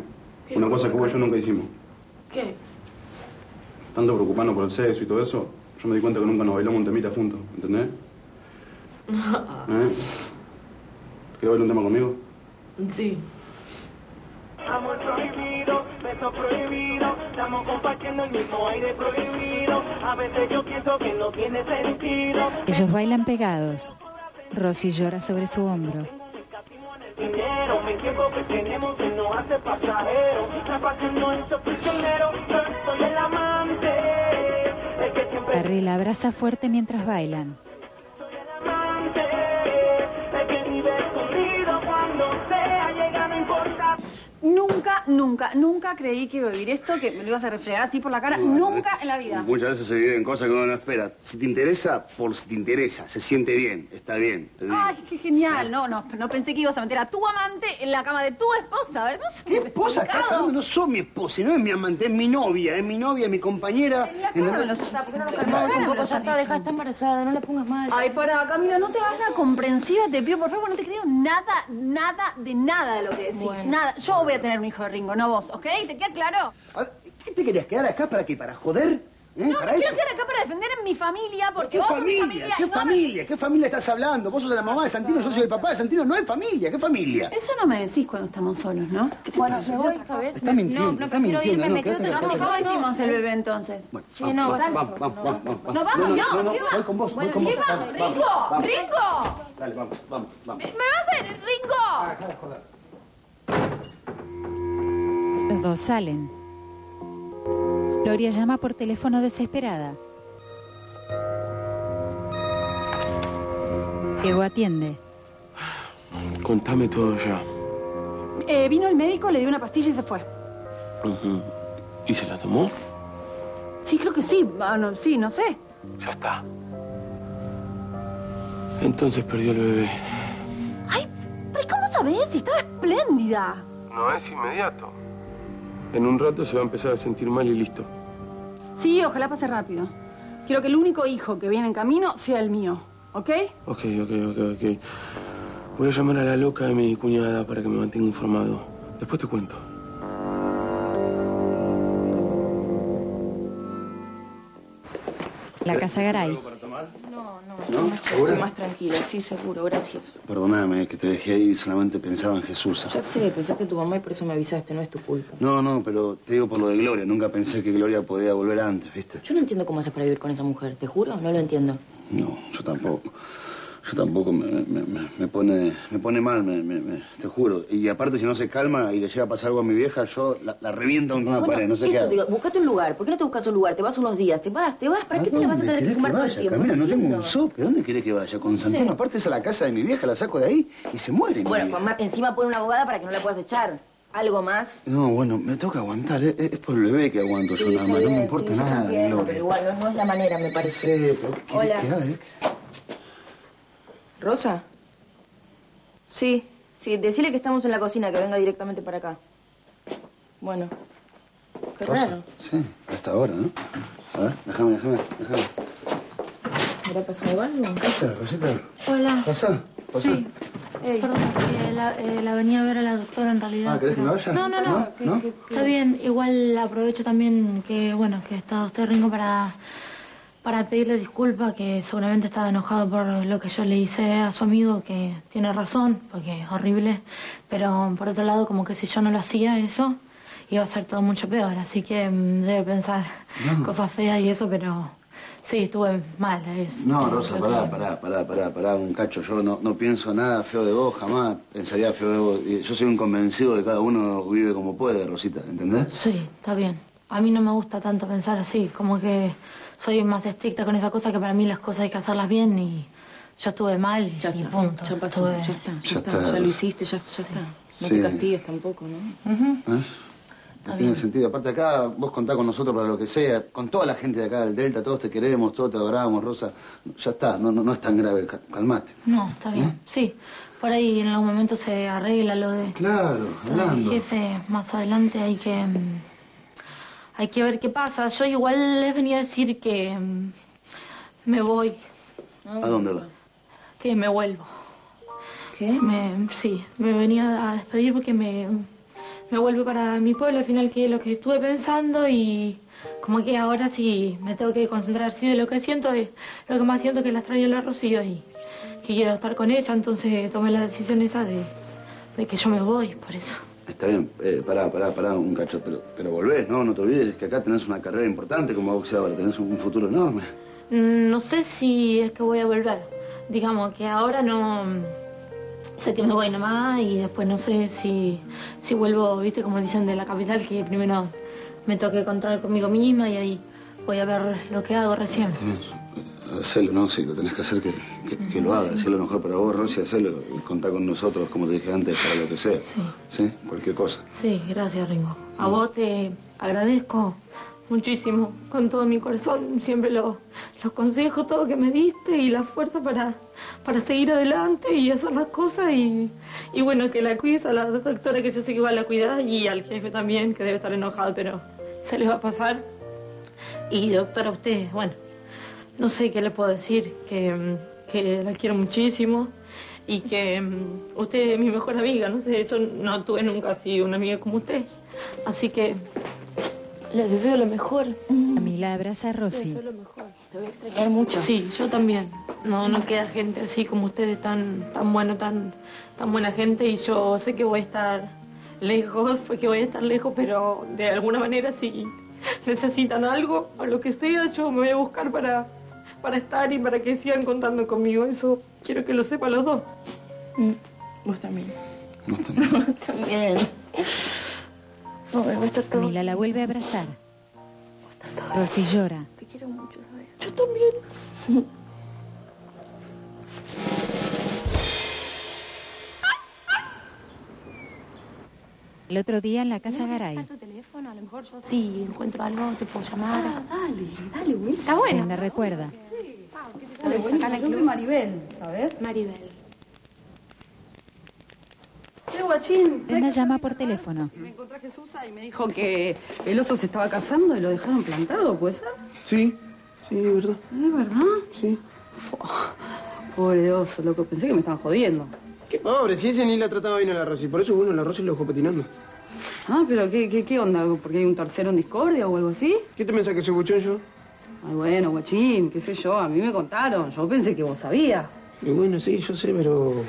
Speaker 7: ¿Qué?
Speaker 18: Una cosa que vos y yo nunca hicimos.
Speaker 7: ¿Qué?
Speaker 18: tanto preocuparnos por el sexo y todo eso, yo me di cuenta que nunca nos bailamos un temita juntos, ¿entendés? ¿Eh? ¿Querés bailar un tema conmigo?
Speaker 7: sí.
Speaker 17: Amor prohibido, beso prohibido, estamos compartiendo el mismo aire prohibido. A veces yo pienso que no tiene sentido.
Speaker 6: Ellos bailan pegados. Rosy llora sobre su hombro.
Speaker 17: Dinero, el tiempo que tenemos se nos hace pasajero. Trapacemos en su prisionero, yo soy el amante. El que siempre
Speaker 6: Harry la abraza fuerte mientras bailan.
Speaker 17: amante. El que vive conmigo cuando sea, llega no importa.
Speaker 9: Nunca, nunca, nunca creí que iba a vivir esto, que me lo ibas a refregar así por la cara. Nunca en la vida.
Speaker 11: Muchas veces se viven cosas que uno no espera. Si te interesa, por si te interesa. Se siente bien, está bien. te digo.
Speaker 9: Ay, qué genial. No, no, no pensé que ibas a meter a tu amante en la cama de tu esposa. A ver, sos un
Speaker 8: ¿Qué esposa estás
Speaker 9: desubicado.
Speaker 8: hablando? No soy mi esposa, no es mi amante, es mi novia, es mi novia, es mi compañera. ¿entendés?
Speaker 10: calmamos un poco, ya está, dejá, está embarazada, no la pongas mal.
Speaker 9: Ay, pará, Camila, no te hagas la comprensiva, te pido, por favor, no te creo nada, nada, de nada de lo que decís.
Speaker 7: Bueno.
Speaker 9: Nada. Yo voy a tener un hijo de Ringo, no vos, ¿ok? ¿Te queda claro?
Speaker 8: ¿Qué te querías quedar acá para qué? ¿Para joder? ¿Eh?
Speaker 9: No,
Speaker 8: ¿Para
Speaker 9: me
Speaker 8: eso?
Speaker 9: quiero quedar acá para defender a mi familia, porque
Speaker 8: ¿Qué
Speaker 9: vos sos mi
Speaker 8: familia?
Speaker 9: familia.
Speaker 8: ¿Qué
Speaker 9: y no me-
Speaker 8: familia? ¿Qué familia estás hablando? Vos sos la mamá de Santino, yo soy el papá de Santino. No hay familia, ¿qué familia?
Speaker 9: Eso no me decís cuando estamos solos, ¿no?
Speaker 8: Bueno, me voy, ¿sabes? Está mintiendo, está mintiendo, no, quédate
Speaker 9: No
Speaker 8: acá,
Speaker 9: sé
Speaker 8: quédate
Speaker 9: cómo
Speaker 8: acá.
Speaker 9: hicimos el bebé entonces.
Speaker 8: Vamos, vamos, vamos, vamos, vamos.
Speaker 9: No, vamos, no,
Speaker 8: no,
Speaker 9: ¿qué va?
Speaker 8: voy con vos,
Speaker 9: Bueno,
Speaker 8: voy con vos.
Speaker 9: ¿qué va?
Speaker 8: Vamos,
Speaker 9: Ringo,
Speaker 8: vamos.
Speaker 9: Ringo.
Speaker 8: Dale, vamos, vamos, vamos.
Speaker 9: ¿Me vas a hacer,
Speaker 8: Ah,
Speaker 9: Ringo?
Speaker 6: Los dos salen. Gloria llama por teléfono desesperada. Diego atiende.
Speaker 5: Contame todo ya.
Speaker 9: Eh, vino el médico, le dio una pastilla y se fue.
Speaker 5: Ujú. ¿Y se la tomó?
Speaker 9: Sí, creo que sí. Ah, no, sí, no sé.
Speaker 5: Ya está. Entonces perdió el bebé.
Speaker 9: Ay, pero ¿y ¿cómo sabés? Si Estaba espléndida.
Speaker 5: No es inmediato. En un rato se va a empezar a sentir mal y listo.
Speaker 9: Sí, ojalá pase rápido. Quiero que el único hijo que viene en camino sea el mío, ¿ok?
Speaker 5: Ok, ok, ok, ok. Voy a llamar a la loca de mi cuñada para que me mantenga informado. Después te cuento.
Speaker 6: La casa Garay.
Speaker 10: No, no,
Speaker 11: ¿No?
Speaker 10: más,
Speaker 11: ¿Segura?
Speaker 10: más tranquila, sí, seguro, gracias.
Speaker 11: Perdóname eh, que te dejé ahí, solamente pensaba en Jesús. ¿ah?
Speaker 10: Ya sé, pensaste en tu mamá y por eso me avisaste, no es tu culpa.
Speaker 11: No, no, pero te digo por lo de Gloria. Nunca pensé que Gloria podía volver antes, ¿viste?
Speaker 10: Yo no entiendo cómo haces para vivir con esa mujer, te juro, no lo entiendo.
Speaker 11: No, yo tampoco. Yo tampoco me, me- me- me pone, me pone mal, me- me- me- te juro. Y aparte, si no se calma y le llega a pasar algo a mi vieja, yo la, la reviento contra una
Speaker 10: Bueno,
Speaker 11: pared, no sé qué
Speaker 10: eso
Speaker 11: hago.
Speaker 10: te digo, buscate un lugar. ¿Por qué no te buscas un lugar? Te vas unos días, te vas, te vas.
Speaker 11: Ah,
Speaker 10: ¿Para qué te la vas a
Speaker 11: ¿Dónde
Speaker 10: tener que
Speaker 11: querés
Speaker 10: fumar todo el
Speaker 11: vaya,
Speaker 10: tiempo?
Speaker 11: Camila? no tengo
Speaker 10: entiendo.
Speaker 11: un sope. ¿Dónde querés que vaya? Con Santino.
Speaker 10: sé.
Speaker 11: Aparte, esa es la casa de mi vieja, la saco de ahí y se muere. mi
Speaker 10: Bueno,
Speaker 11: vieja.
Speaker 10: con más- encima pone una abogada para que no la puedas echar. ¿Algo más?
Speaker 11: No, bueno, me toca aguantar. Es, es por el bebé que aguanto yo
Speaker 10: pues. Sí,
Speaker 11: nada
Speaker 10: está
Speaker 11: más. No me
Speaker 10: bien,
Speaker 11: importa
Speaker 10: sí, yo
Speaker 11: nada
Speaker 10: entiendo,
Speaker 11: lo
Speaker 10: pero
Speaker 11: que...
Speaker 10: igual, no, no es la manera, me parece.
Speaker 11: Sí, pero ¿qué
Speaker 10: Hola.
Speaker 11: que haga?
Speaker 10: ¿Rosa? Sí, sí, decile que estamos en la cocina, que venga directamente para acá. Bueno. Qué raro.
Speaker 11: Sí, hasta ahora, ¿no? A ver, déjame, déjame, déjame.
Speaker 10: ¿Habrá pasado algo?
Speaker 11: Pasa, Rosita.
Speaker 7: Hola.
Speaker 11: Pasa, pasa.
Speaker 7: Sí. Perdón, eh, la, eh, la venía a ver a la doctora en realidad.
Speaker 11: Ah, ¿querés que
Speaker 7: pero-
Speaker 11: me vaya?
Speaker 7: No, no, no.
Speaker 11: ¿No? ¿No?
Speaker 7: Está bien, igual aprovecho también que, bueno, que está usted Ringo para, para pedirle disculpa, que seguramente estaba enojado por lo que yo le hice a su amigo, que tiene razón, porque es horrible. Pero por otro lado, como que si yo no lo hacía eso, iba a ser todo mucho peor. Así que mm, debe pensar
Speaker 11: No.
Speaker 7: cosas feas y eso, pero sí, estuve mal. Es,
Speaker 11: No,
Speaker 7: eh,
Speaker 11: Rosa,
Speaker 7: lo
Speaker 11: pará,
Speaker 7: que-
Speaker 11: pará, pará, pará, pará, un cacho. Yo no, no pienso nada feo de vos, jamás pensaría feo de vos. Y Yo soy un convencido de que cada uno vive como puede, Rosita, ¿entendés?
Speaker 7: Sí, está bien. A mí no me gusta tanto pensar así, como que soy más estricta con esa cosa que para mí las cosas hay que hacerlas bien y yo estuve mal y punto.
Speaker 10: Ya pasó,
Speaker 7: Estuve-
Speaker 10: ya está, ya,
Speaker 11: Ya
Speaker 10: está,
Speaker 11: está.
Speaker 10: ya lo hiciste, ya, ya está. No
Speaker 11: Sí.
Speaker 10: te castigues tampoco, ¿no?
Speaker 11: ¿Eh? No
Speaker 10: Está
Speaker 11: tiene
Speaker 10: bien.
Speaker 11: sentido. Aparte acá, vos contás con nosotros para lo que sea, con toda la gente de acá del Delta, todos te queremos, todos te adoramos, Rosa. Ya está, no, no, no es tan grave, ca- calmate.
Speaker 7: No, está bien,
Speaker 11: ¿Eh?
Speaker 7: sí. Por ahí en algún momento se arregla lo de...
Speaker 11: Claro,
Speaker 7: lo del
Speaker 11: hablando.
Speaker 7: jefe, más adelante hay que... mm, Hay que ver qué pasa. Yo igual les venía a decir que mm, me voy.
Speaker 11: ¿A dónde va?
Speaker 7: Que me vuelvo. ¿Qué? Me, sí, me venía a despedir porque me, me vuelvo para mi pueblo al final, que es lo que estuve pensando y como que ahora sí me tengo que concentrar, sí, de lo que siento, de lo que más siento que la extraño a la Rocío y que quiero estar con ella, entonces tomé la decisión esa de, de que yo me voy, por eso.
Speaker 11: Está bien, eh, pará, pará, pará, un cacho, pero, pero volvés, ¿no? No te olvides que acá tenés una carrera importante como boxeadora, tenés un, un futuro enorme.
Speaker 7: Mm, No sé si es que voy a volver. Digamos que ahora no. Sé que me voy nomás y después no sé si, si vuelvo, viste, como dicen de la capital, que primero me toque controlar conmigo misma y ahí voy a ver lo que hago recién.
Speaker 11: Hacelo, ¿no? Si lo tenés que hacer, que, que- que lo hagas. Es lo mejor para vos, Rosy, hacelo. Contá con nosotros, como te dije antes, para lo que sea. Sí. Cualquier cosa.
Speaker 7: Sí, gracias, Ringo. A vos te agradezco muchísimo, con todo mi corazón, siempre lo- los consejos, todo que me diste y la fuerza para, para seguir adelante y hacer las cosas. Y, y bueno, que la cuides a la doctora, que yo sé que va a la cuidar, y al jefe también, que debe estar enojado, pero se les va a pasar. Y doctora, a ustedes, bueno, no sé qué le puedo decir, que, mm, que la quiero muchísimo y que mm, usted es mi mejor amiga, no sé, yo no tuve nunca así una amiga como usted, así que
Speaker 10: Les deseo lo mejor.
Speaker 7: Mm,
Speaker 6: Camila abraza a Rosy.
Speaker 10: Eso es lo mejor. Te voy a extrañar mucho.
Speaker 7: Sí, yo también. No, no queda gente así como ustedes, tan, tan bueno, tan, tan buena gente. Y yo sé que voy a estar lejos, porque voy a estar lejos, pero de alguna manera si [LAUGHS] necesitan algo o lo que sea, yo me voy a buscar para, para estar y para que sigan contando conmigo. Eso quiero que lo sepan los dos.
Speaker 10: Vos también.
Speaker 11: Vos
Speaker 10: también.
Speaker 6: Camila la vuelve a abrazar. Rosy llora.
Speaker 10: Te quiero mucho, ¿sabes?
Speaker 7: Yo también.
Speaker 6: El otro día en la casa Garay.
Speaker 9: tu teléfono? A lo mejor yo
Speaker 7: Sí, encuentro algo, te puedo llamar.
Speaker 9: Ah, dale, dale, buenísimo.
Speaker 6: Brenda recuerda.
Speaker 9: Dale, buenísimo. Yo soy Maribel, ¿sabes?
Speaker 7: Maribel.
Speaker 9: Che, guachín.
Speaker 6: Brenda llama por teléfono.
Speaker 9: Me encontré a Jesús y me dijo que el oso se estaba casando y lo dejaron plantado, ¿puede ser?
Speaker 5: Sí, sí, es verdad.
Speaker 9: ¿Es verdad?
Speaker 5: Sí.
Speaker 9: Pobre oso, loco. Pensé que me estaban jodiendo.
Speaker 5: Qué pobre, si ese ni la trataba bien a la Rosy. Por eso, bueno, la Rosy lo dejó patinando.
Speaker 9: Ah, pero ¿qué, qué, qué onda? ¿Porque hay un tercero en discordia o algo así?
Speaker 5: ¿Qué te pensás que soy buchón yo?
Speaker 9: Ay, bueno, guachín, qué sé yo. A mí me contaron. Yo pensé que vos sabías.
Speaker 5: Y bueno, sí, yo sé, pero...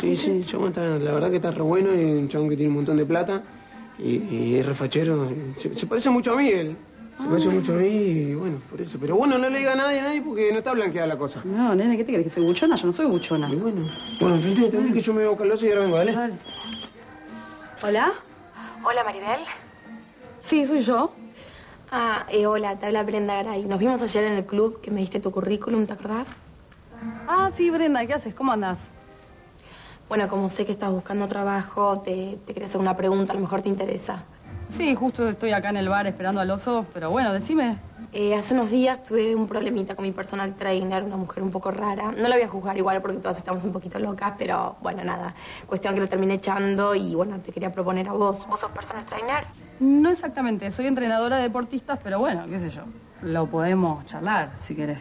Speaker 5: Sí, sí, el chabón está, la verdad que está re bueno, y un chabón que tiene un montón de plata y, y es refachero. Se, se parece mucho a mí él. Se parece mucho a mí y bueno, por eso. Pero bueno, no le diga a nadie a nadie porque no está blanqueada la cosa.
Speaker 9: No, nene, ¿qué te crees? ¿Que soy buchona? Yo no soy buchona.
Speaker 5: bueno. Bueno, enfrente también que yo me voy a buscar el oso y ahora vengo, ¿vale?
Speaker 19: ¿Hola?
Speaker 20: Hola Maribel.
Speaker 19: Sí, soy yo. Ah, eh, hola, te habla Brenda Garay. Nos vimos ayer en el club que me diste tu currículum, ¿te acordás?
Speaker 9: Ah, sí, Brenda, ¿qué haces? ¿Cómo andás?
Speaker 20: bueno, como sé que estás buscando trabajo, te, te quería hacer una pregunta, a lo mejor te interesa.
Speaker 21: Sí, justo estoy acá en el bar esperando al oso, pero bueno, decime.
Speaker 20: Eh, hace unos días tuve un problemita con mi personal trainer, una mujer un poco rara. No la voy a juzgar igual porque todas estamos un poquito locas, pero bueno, nada. Cuestión que la terminé echando y bueno, te quería proponer a vos. ¿Vos sos personal trainer?
Speaker 21: No exactamente, soy entrenadora de deportistas, pero bueno, qué sé yo. Lo podemos charlar, si querés.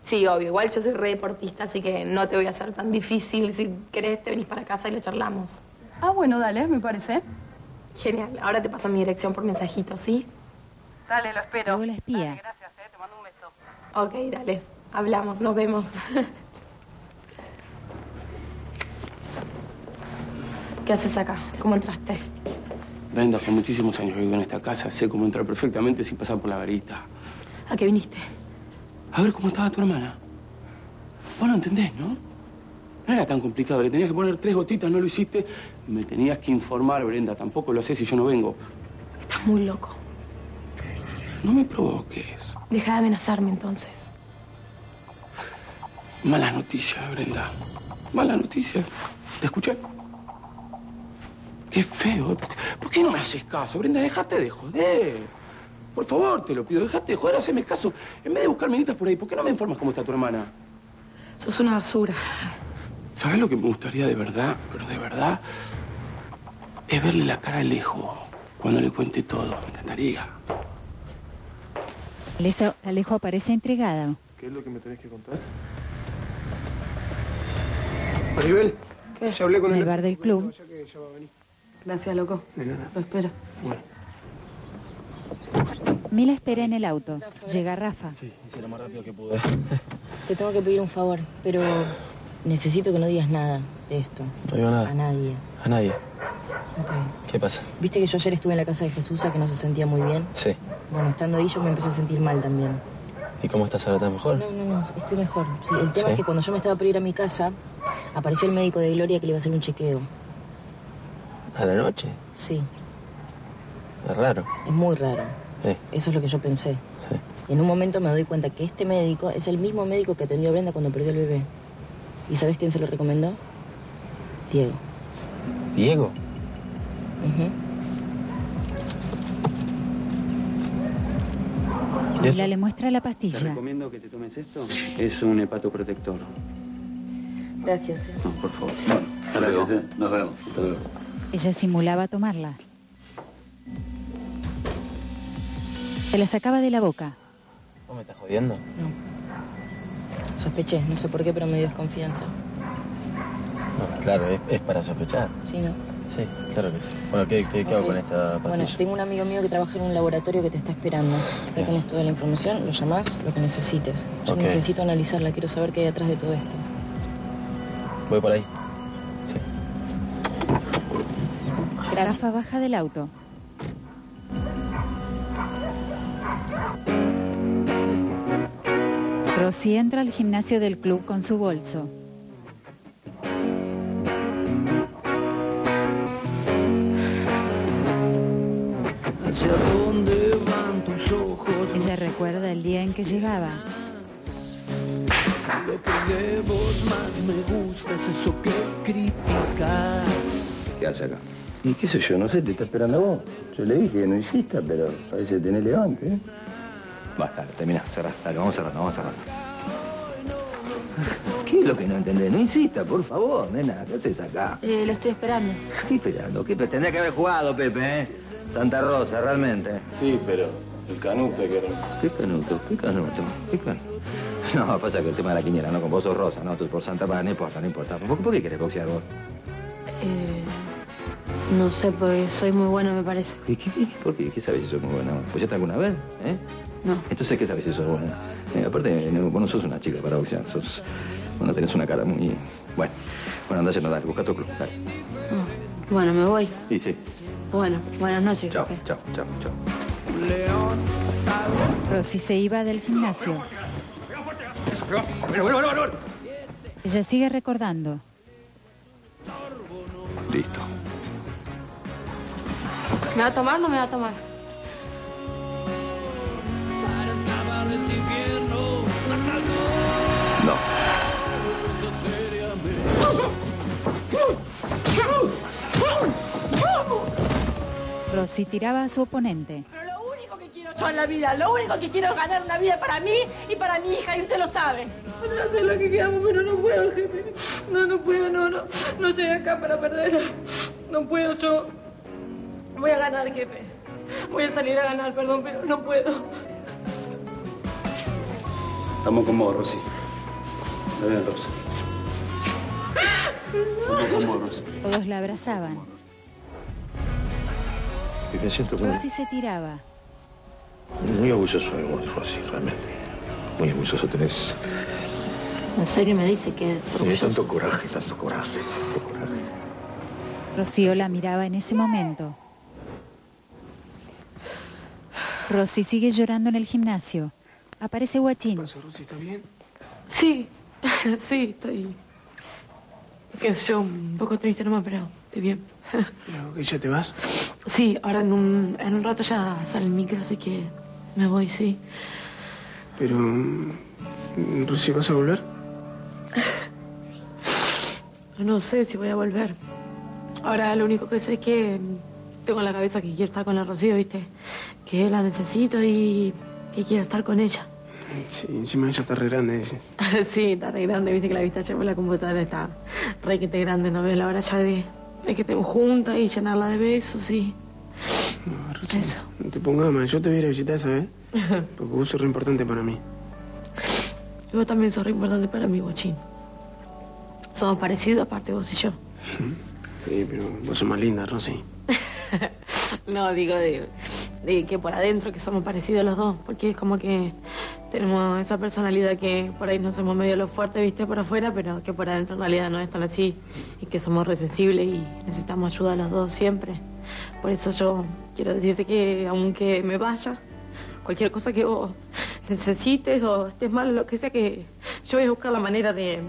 Speaker 20: Sí, obvio. Igual yo soy re deportista, así que no te voy a hacer tan difícil. Si querés, te venís para casa y lo charlamos.
Speaker 21: Ah, bueno, dale, me parece.
Speaker 20: Genial. Ahora te paso mi dirección por mensajito, ¿sí?
Speaker 21: Dale, lo espero.
Speaker 6: Luego la espía.
Speaker 21: gracias, eh, te mando un beso.
Speaker 20: Ok, dale. Hablamos, nos vemos. ¿Qué haces acá? ¿Cómo entraste?
Speaker 14: Brenda, hace muchísimos años que vivo en esta casa. Sé cómo entrar perfectamente sin pasar por la verita.
Speaker 20: ¿A qué viniste?
Speaker 14: A ver cómo estaba tu hermana. Vos lo entendés, ¿no? No era tan complicado. Le tenías que poner tres gotitas, no lo hiciste. Me tenías que informar, Brenda. Tampoco lo haces si yo no vengo.
Speaker 20: Estás muy loco.
Speaker 14: No me provoques.
Speaker 20: Deja de amenazarme entonces.
Speaker 14: Mala noticia, Brenda. Mala noticia. ¿Te escuché? Qué feo. ¿eh? ¿Por, por qué no me haces caso, Brenda? Dejate de joder. Por favor, te lo pido. Dejate de joder, haceme caso. En vez de buscar minitas por ahí, ¿por qué no me informas cómo está tu hermana?
Speaker 20: Sos una basura.
Speaker 14: ¿Sabes lo que me gustaría de verdad? Pero de verdad. Es verle la cara lejos cuando le cuente todo. Me encantaría.
Speaker 6: Alejo, Alejo aparece entregado.
Speaker 2: ¿Qué es lo que me tenés que contar?
Speaker 5: Maribel, ya hablé con
Speaker 6: En el
Speaker 5: él.
Speaker 6: bar del club,
Speaker 5: Ya que ya va a venir.
Speaker 20: Gracias, loco.
Speaker 5: De nada.
Speaker 20: Lo espero.
Speaker 6: Mila espera en el auto. Llega Rafa.
Speaker 4: Hice lo más rápido que pude. [LAUGHS]
Speaker 10: Te tengo que pedir un favor, pero necesito que no digas nada de esto.
Speaker 4: No digo nada.
Speaker 10: A nadie.
Speaker 4: A nadie.
Speaker 10: Ok.
Speaker 4: ¿Qué pasa?
Speaker 10: Viste que yo ayer estuve en la casa de Jesús, que no se sentía muy bien.
Speaker 4: Sí.
Speaker 10: Bueno, estando ahí yo me empecé a sentir mal también.
Speaker 4: ¿Y cómo estás ahora? ¿Estás mejor?
Speaker 10: No, no, no, estoy mejor. Sí, el tema
Speaker 4: Sí.
Speaker 10: es que cuando yo me estaba por ir a mi casa, apareció el médico de Gloria que le iba a hacer un chequeo.
Speaker 4: A la noche.
Speaker 10: Sí,
Speaker 4: Es raro.
Speaker 10: es muy raro.
Speaker 4: Eh.
Speaker 10: Eso es lo que yo pensé. Y en un momento me doy cuenta que este médico es el mismo médico que atendió a Brenda cuando perdió el bebé. ¿Y sabes quién se lo recomendó? Diego.
Speaker 4: ¿Diego?
Speaker 10: Ujú.
Speaker 6: Mila le muestra la
Speaker 12: Te
Speaker 6: pastilla.
Speaker 12: recomiendo que te tomes esto. Es un hepatoprotector.
Speaker 10: Gracias.
Speaker 12: No, por favor.
Speaker 22: Hasta luego. eh. Nos vemos. Hasta
Speaker 10: [LAUGHS]
Speaker 22: luego.
Speaker 6: Ella simulaba tomarla. Se la sacaba de la boca.
Speaker 4: ¿Vos me estás jodiendo?
Speaker 10: Sospeché, no sé por qué, pero me dio desconfianza.
Speaker 4: No, claro, es, es para sospechar.
Speaker 10: Sí, ¿no?
Speaker 4: Sí, claro que sí. Bueno, ¿qué, qué, qué hago
Speaker 10: Ok.
Speaker 4: con esta
Speaker 10: Bueno,
Speaker 4: pastilla?
Speaker 10: tengo un amigo mío que trabaja en un laboratorio que te está esperando. Acá tenés toda la información, lo llamás, lo que necesites. Yo
Speaker 4: Ok.
Speaker 10: necesito analizarla, quiero saber qué hay detrás de todo esto.
Speaker 4: Voy por ahí.
Speaker 6: Rafa baja del auto. Rosy entra al gimnasio del club con su bolso.
Speaker 16: ¿Hacia dónde van tus ojos?
Speaker 6: Ella recuerda el día en que llegaba.
Speaker 16: Lo que de vos más me gusta es eso que criticas.
Speaker 1: ¿Qué hace acá? Y qué sé yo, no sé, te está esperando a vos. Yo le dije que no hiciste, pero parece que tenés levante, ¿eh?
Speaker 23: Basta, termina, cerrá. Dale, vamos cerrando, vamos cerrando.
Speaker 1: [LAUGHS] ¿Qué es lo que no entendés? No insista, por favor, nena, ¿qué haces acá?
Speaker 7: Eh, lo estoy
Speaker 10: [LAUGHS]
Speaker 7: esperando. Eh,
Speaker 1: ¿Qué esperando? ¿Qué? Pero Tendría que haber jugado, Pepe, ¿eh? Santa Rosa, realmente. Sí, pero el canuto que era. ¿Qué canuto? ¿Qué canuto? ¿Qué canuto? [LAUGHS] No, pasa que el tema de la quiniela, no, con vos sos Rosa, no, tú por Santa Paz, no importa, no importa. ¿Por, por qué querés boxear vos?
Speaker 7: Eh, no sé, porque soy muy buena, me parece.
Speaker 1: ¿Y qué, qué- por qué? ¿Qué sabes si sos muy buena? ¿Pues ya alguna vez? ¿Eh?
Speaker 7: No.
Speaker 1: Entonces, ¿qué sabes si sos buena? Eh, aparte, no, vos no sos una chica para boxear, sos... Bueno, tenés una cara muy... Bueno, bueno, andá no dale, busca tu club, dale.
Speaker 7: Ah, Bueno, me voy.
Speaker 1: Sí, sí,
Speaker 7: Bueno, buenas noches.
Speaker 1: chao,
Speaker 7: jefe.
Speaker 1: chao, chao, chao.
Speaker 6: Rosy se iba del gimnasio.
Speaker 1: Bueno, bueno, bueno, bueno.
Speaker 6: Ella sigue recordando.
Speaker 1: Listo.
Speaker 7: ¿Me va a tomar o no me va a tomar?
Speaker 1: No.
Speaker 16: ¿Qué
Speaker 6: Rosy tiraba a su oponente.
Speaker 24: quiero yo en la vida. Lo único que quiero es ganar una vida para mí y para mi hija, y usted lo sabe.
Speaker 7: Yo sé lo que quedamos, pero no puedo, jefe. No, no puedo, no, no. No estoy acá para perder. No puedo, yo. Voy a ganar, jefe. Voy a salir a ganar, perdón, pero no puedo.
Speaker 12: Estamos con vos, Rosy. Está bien, Rosy. Estamos con vos, Rosy.
Speaker 6: Todos la abrazaban.
Speaker 1: Y me siento muy,
Speaker 6: Rosy se tiraba.
Speaker 1: muy orgulloso de vos, Rosy, realmente. Muy orgulloso tenés.
Speaker 25: En serio me dice que...
Speaker 1: Tenés tanto coraje, tanto coraje, tanto coraje.
Speaker 6: Rocío la miraba en ese momento. Rosy sigue llorando en el gimnasio. Aparece Guachín.
Speaker 5: Rosy, ¿está bien?
Speaker 25: [LAUGHS]
Speaker 7: Sí, sí, estoy. Qué sé yo, un poco triste nomás, pero estoy bien.
Speaker 5: Pero, ¿y ¿Ya te vas?
Speaker 7: Sí, ahora en un, en un rato ya sale el micro, así que me voy, sí. [SIGHS]
Speaker 5: Pero. mm, Rosy, ¿vas a volver?
Speaker 7: No sé si voy a volver. Ahora lo único que sé es que mm, tengo en la cabeza que quiero estar con la Rocío, ¿viste? Que la necesito y que quiero estar con ella.
Speaker 5: Sí, encima ella está re grande, dice.
Speaker 7: [LAUGHS] sí, está re grande, viste que la viste ayer por la computadora, está re que te grande, no veo la hora ya de, de que estemos juntas y llenarla de besos, sí. Eso.
Speaker 5: No te pongas mal, yo te voy a ir a visitar, ¿sabes? Porque vos sos re importante para mí.
Speaker 7: Y vos también sos re importante para mí, guachín. Somos parecidos, aparte vos y yo.
Speaker 5: Sí, pero vos sos más linda, Rosy.
Speaker 7: [LAUGHS] No, digo, de, de que por adentro que somos parecidos los dos, porque es como que tenemos esa personalidad que por ahí no somos medio lo fuerte, viste, por afuera, pero que por adentro en realidad no es tan así y que somos resensibles y necesitamos ayuda los dos siempre. Por eso yo quiero decirte que aunque me vaya, cualquier cosa que vos necesites o estés mal, lo que sea, que yo voy a buscar la manera de,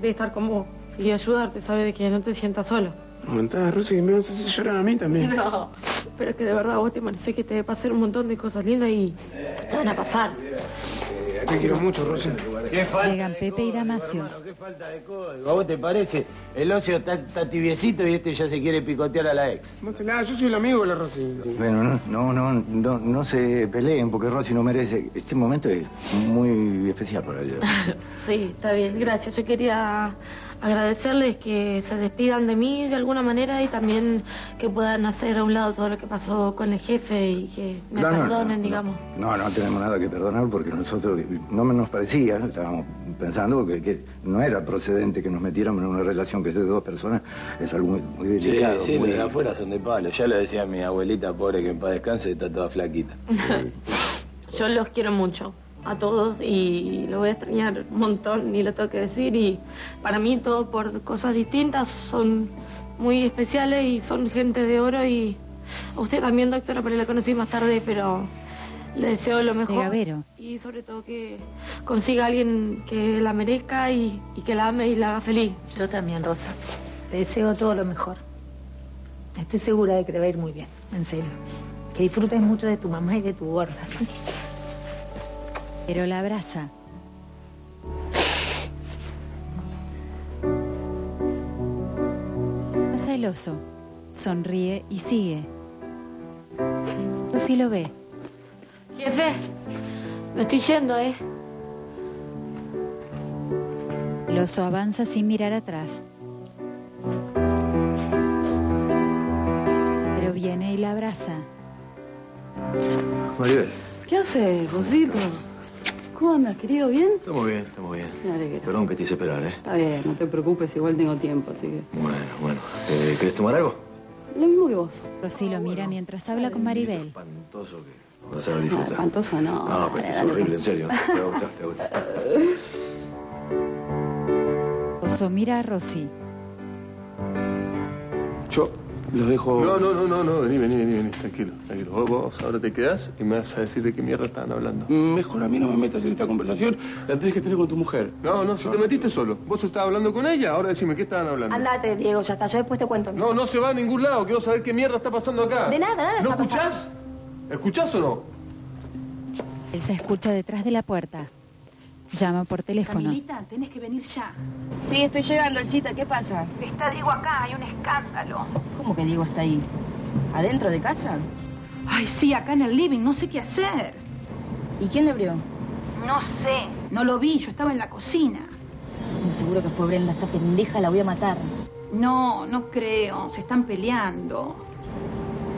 Speaker 7: de estar con vos y ayudarte, sabes, de que no te sientas solo.
Speaker 5: Aguantá, Rosy, que me vas a hacer llorar a mí también.
Speaker 7: No, pero es que de verdad vos te mereces que te debe pasar un montón de cosas lindas y te van a pasar.
Speaker 5: Te quiero mucho, Rosy.
Speaker 11: ¿Qué falta?
Speaker 6: Llegan Pepe y Damasio.
Speaker 11: ¿A vos te parece? El ocio está, está tibiecito y este ya se quiere picotear a la ex.
Speaker 5: Mótela, yo soy el amigo de la Rosy.
Speaker 11: Bueno, no,
Speaker 16: No, no, no, no se peleen porque Rosy no merece. Este momento es muy especial para ella.
Speaker 7: Sí, está bien, gracias. Yo quería agradecerles que se despidan de mí de alguna manera y también que puedan hacer a un lado todo lo que pasó con el jefe y que me
Speaker 16: No, no,
Speaker 7: perdonen,
Speaker 16: no, no.
Speaker 7: digamos.
Speaker 16: No, no tenemos nada que perdonar porque nosotros no nos parecía, estábamos pensando que, que no era procedente que nos metiéramos en una relación que es de dos personas, es algo muy, muy
Speaker 11: Sí,
Speaker 16: delicado.
Speaker 11: sí,
Speaker 16: muy-
Speaker 11: los de afuera son de palo. Ya lo decía mi abuelita, pobre, que en paz descanse, está toda flaquita.
Speaker 7: Yo los quiero mucho a todos y lo voy a extrañar un montón, ni lo tengo que decir. Y para mí, todo por cosas distintas, son muy especiales y son gente de oro. Y a usted también, doctora, pero la conocí más tarde, pero le deseo lo mejor.
Speaker 6: Gavero.
Speaker 7: Y sobre todo que consiga a alguien que la merezca y, y que la ame y la haga feliz.
Speaker 26: Yo también, Rosa. Te deseo todo lo mejor. Estoy segura de que te va a ir muy bien, en serio. Que disfrutes mucho de tu mamá y de tu gorda. ¿sí?
Speaker 6: Pero la abraza. Pasa el oso. Sonríe y sigue. Rosy lo ve.
Speaker 7: Jefe, me estoy yendo, ¿eh?
Speaker 6: El oso avanza sin mirar atrás. Pero viene y la abraza.
Speaker 11: Maribel,
Speaker 21: ¿Qué haces, Josito? ¿Cómo andas, querido? ¿Bien?
Speaker 11: estamos bien, estamos bien.
Speaker 21: Me alegro.
Speaker 11: Perdón que te hice esperar, ¿eh?
Speaker 21: Está bien, no te preocupes, igual tengo tiempo, así que...
Speaker 11: Bueno, bueno. Eh, ¿Querés tomar algo?
Speaker 21: Lo mismo que vos.
Speaker 6: Rosy lo mira mientras habla con Maribel.
Speaker 11: Espantoso que vas a disfrutar.
Speaker 21: Espantoso no.
Speaker 11: No, pero esto es
Speaker 21: Dale, pues.
Speaker 11: horrible, en serio. Te va a gustar, te va a gustar.
Speaker 6: Oso mira a Rosy.
Speaker 11: Yo los dejo.
Speaker 2: No, no, no, no, no. Vení, vení, vení, vení. Tranquilo, tranquilo. Vos, vos ahora te quedás y me vas a decir de qué mierda estaban hablando.
Speaker 11: Mejor a mí no me metas en esta conversación. La tenés que tener con tu mujer.
Speaker 2: No, no, si te metiste solo. Vos estabas hablando con ella, ahora decime qué estaban hablando.
Speaker 10: Andate, Diego, ya está. Yo después te cuento.
Speaker 2: No, no se va a ningún lado. Quiero saber qué mierda está pasando acá.
Speaker 10: De nada, nada
Speaker 2: ¿No
Speaker 10: está
Speaker 2: escuchás? ¿Escuchás o no?
Speaker 6: Él se escucha detrás de la puerta. Llama por teléfono.
Speaker 19: Camilita, tenés que venir ya.
Speaker 10: Sí, estoy llegando, Elcita, ¿qué pasa?
Speaker 19: Está Diego acá, hay un escándalo.
Speaker 10: ¿Cómo que Diego está ahí? ¿Adentro de casa?
Speaker 19: Ay, sí, acá en el living, no sé qué hacer.
Speaker 10: ¿Y quién le abrió?
Speaker 19: No sé. No lo vi, yo estaba en la cocina.
Speaker 10: Bueno, seguro que fue Brenda, esta pendeja la voy a matar.
Speaker 19: No, no creo, se están peleando.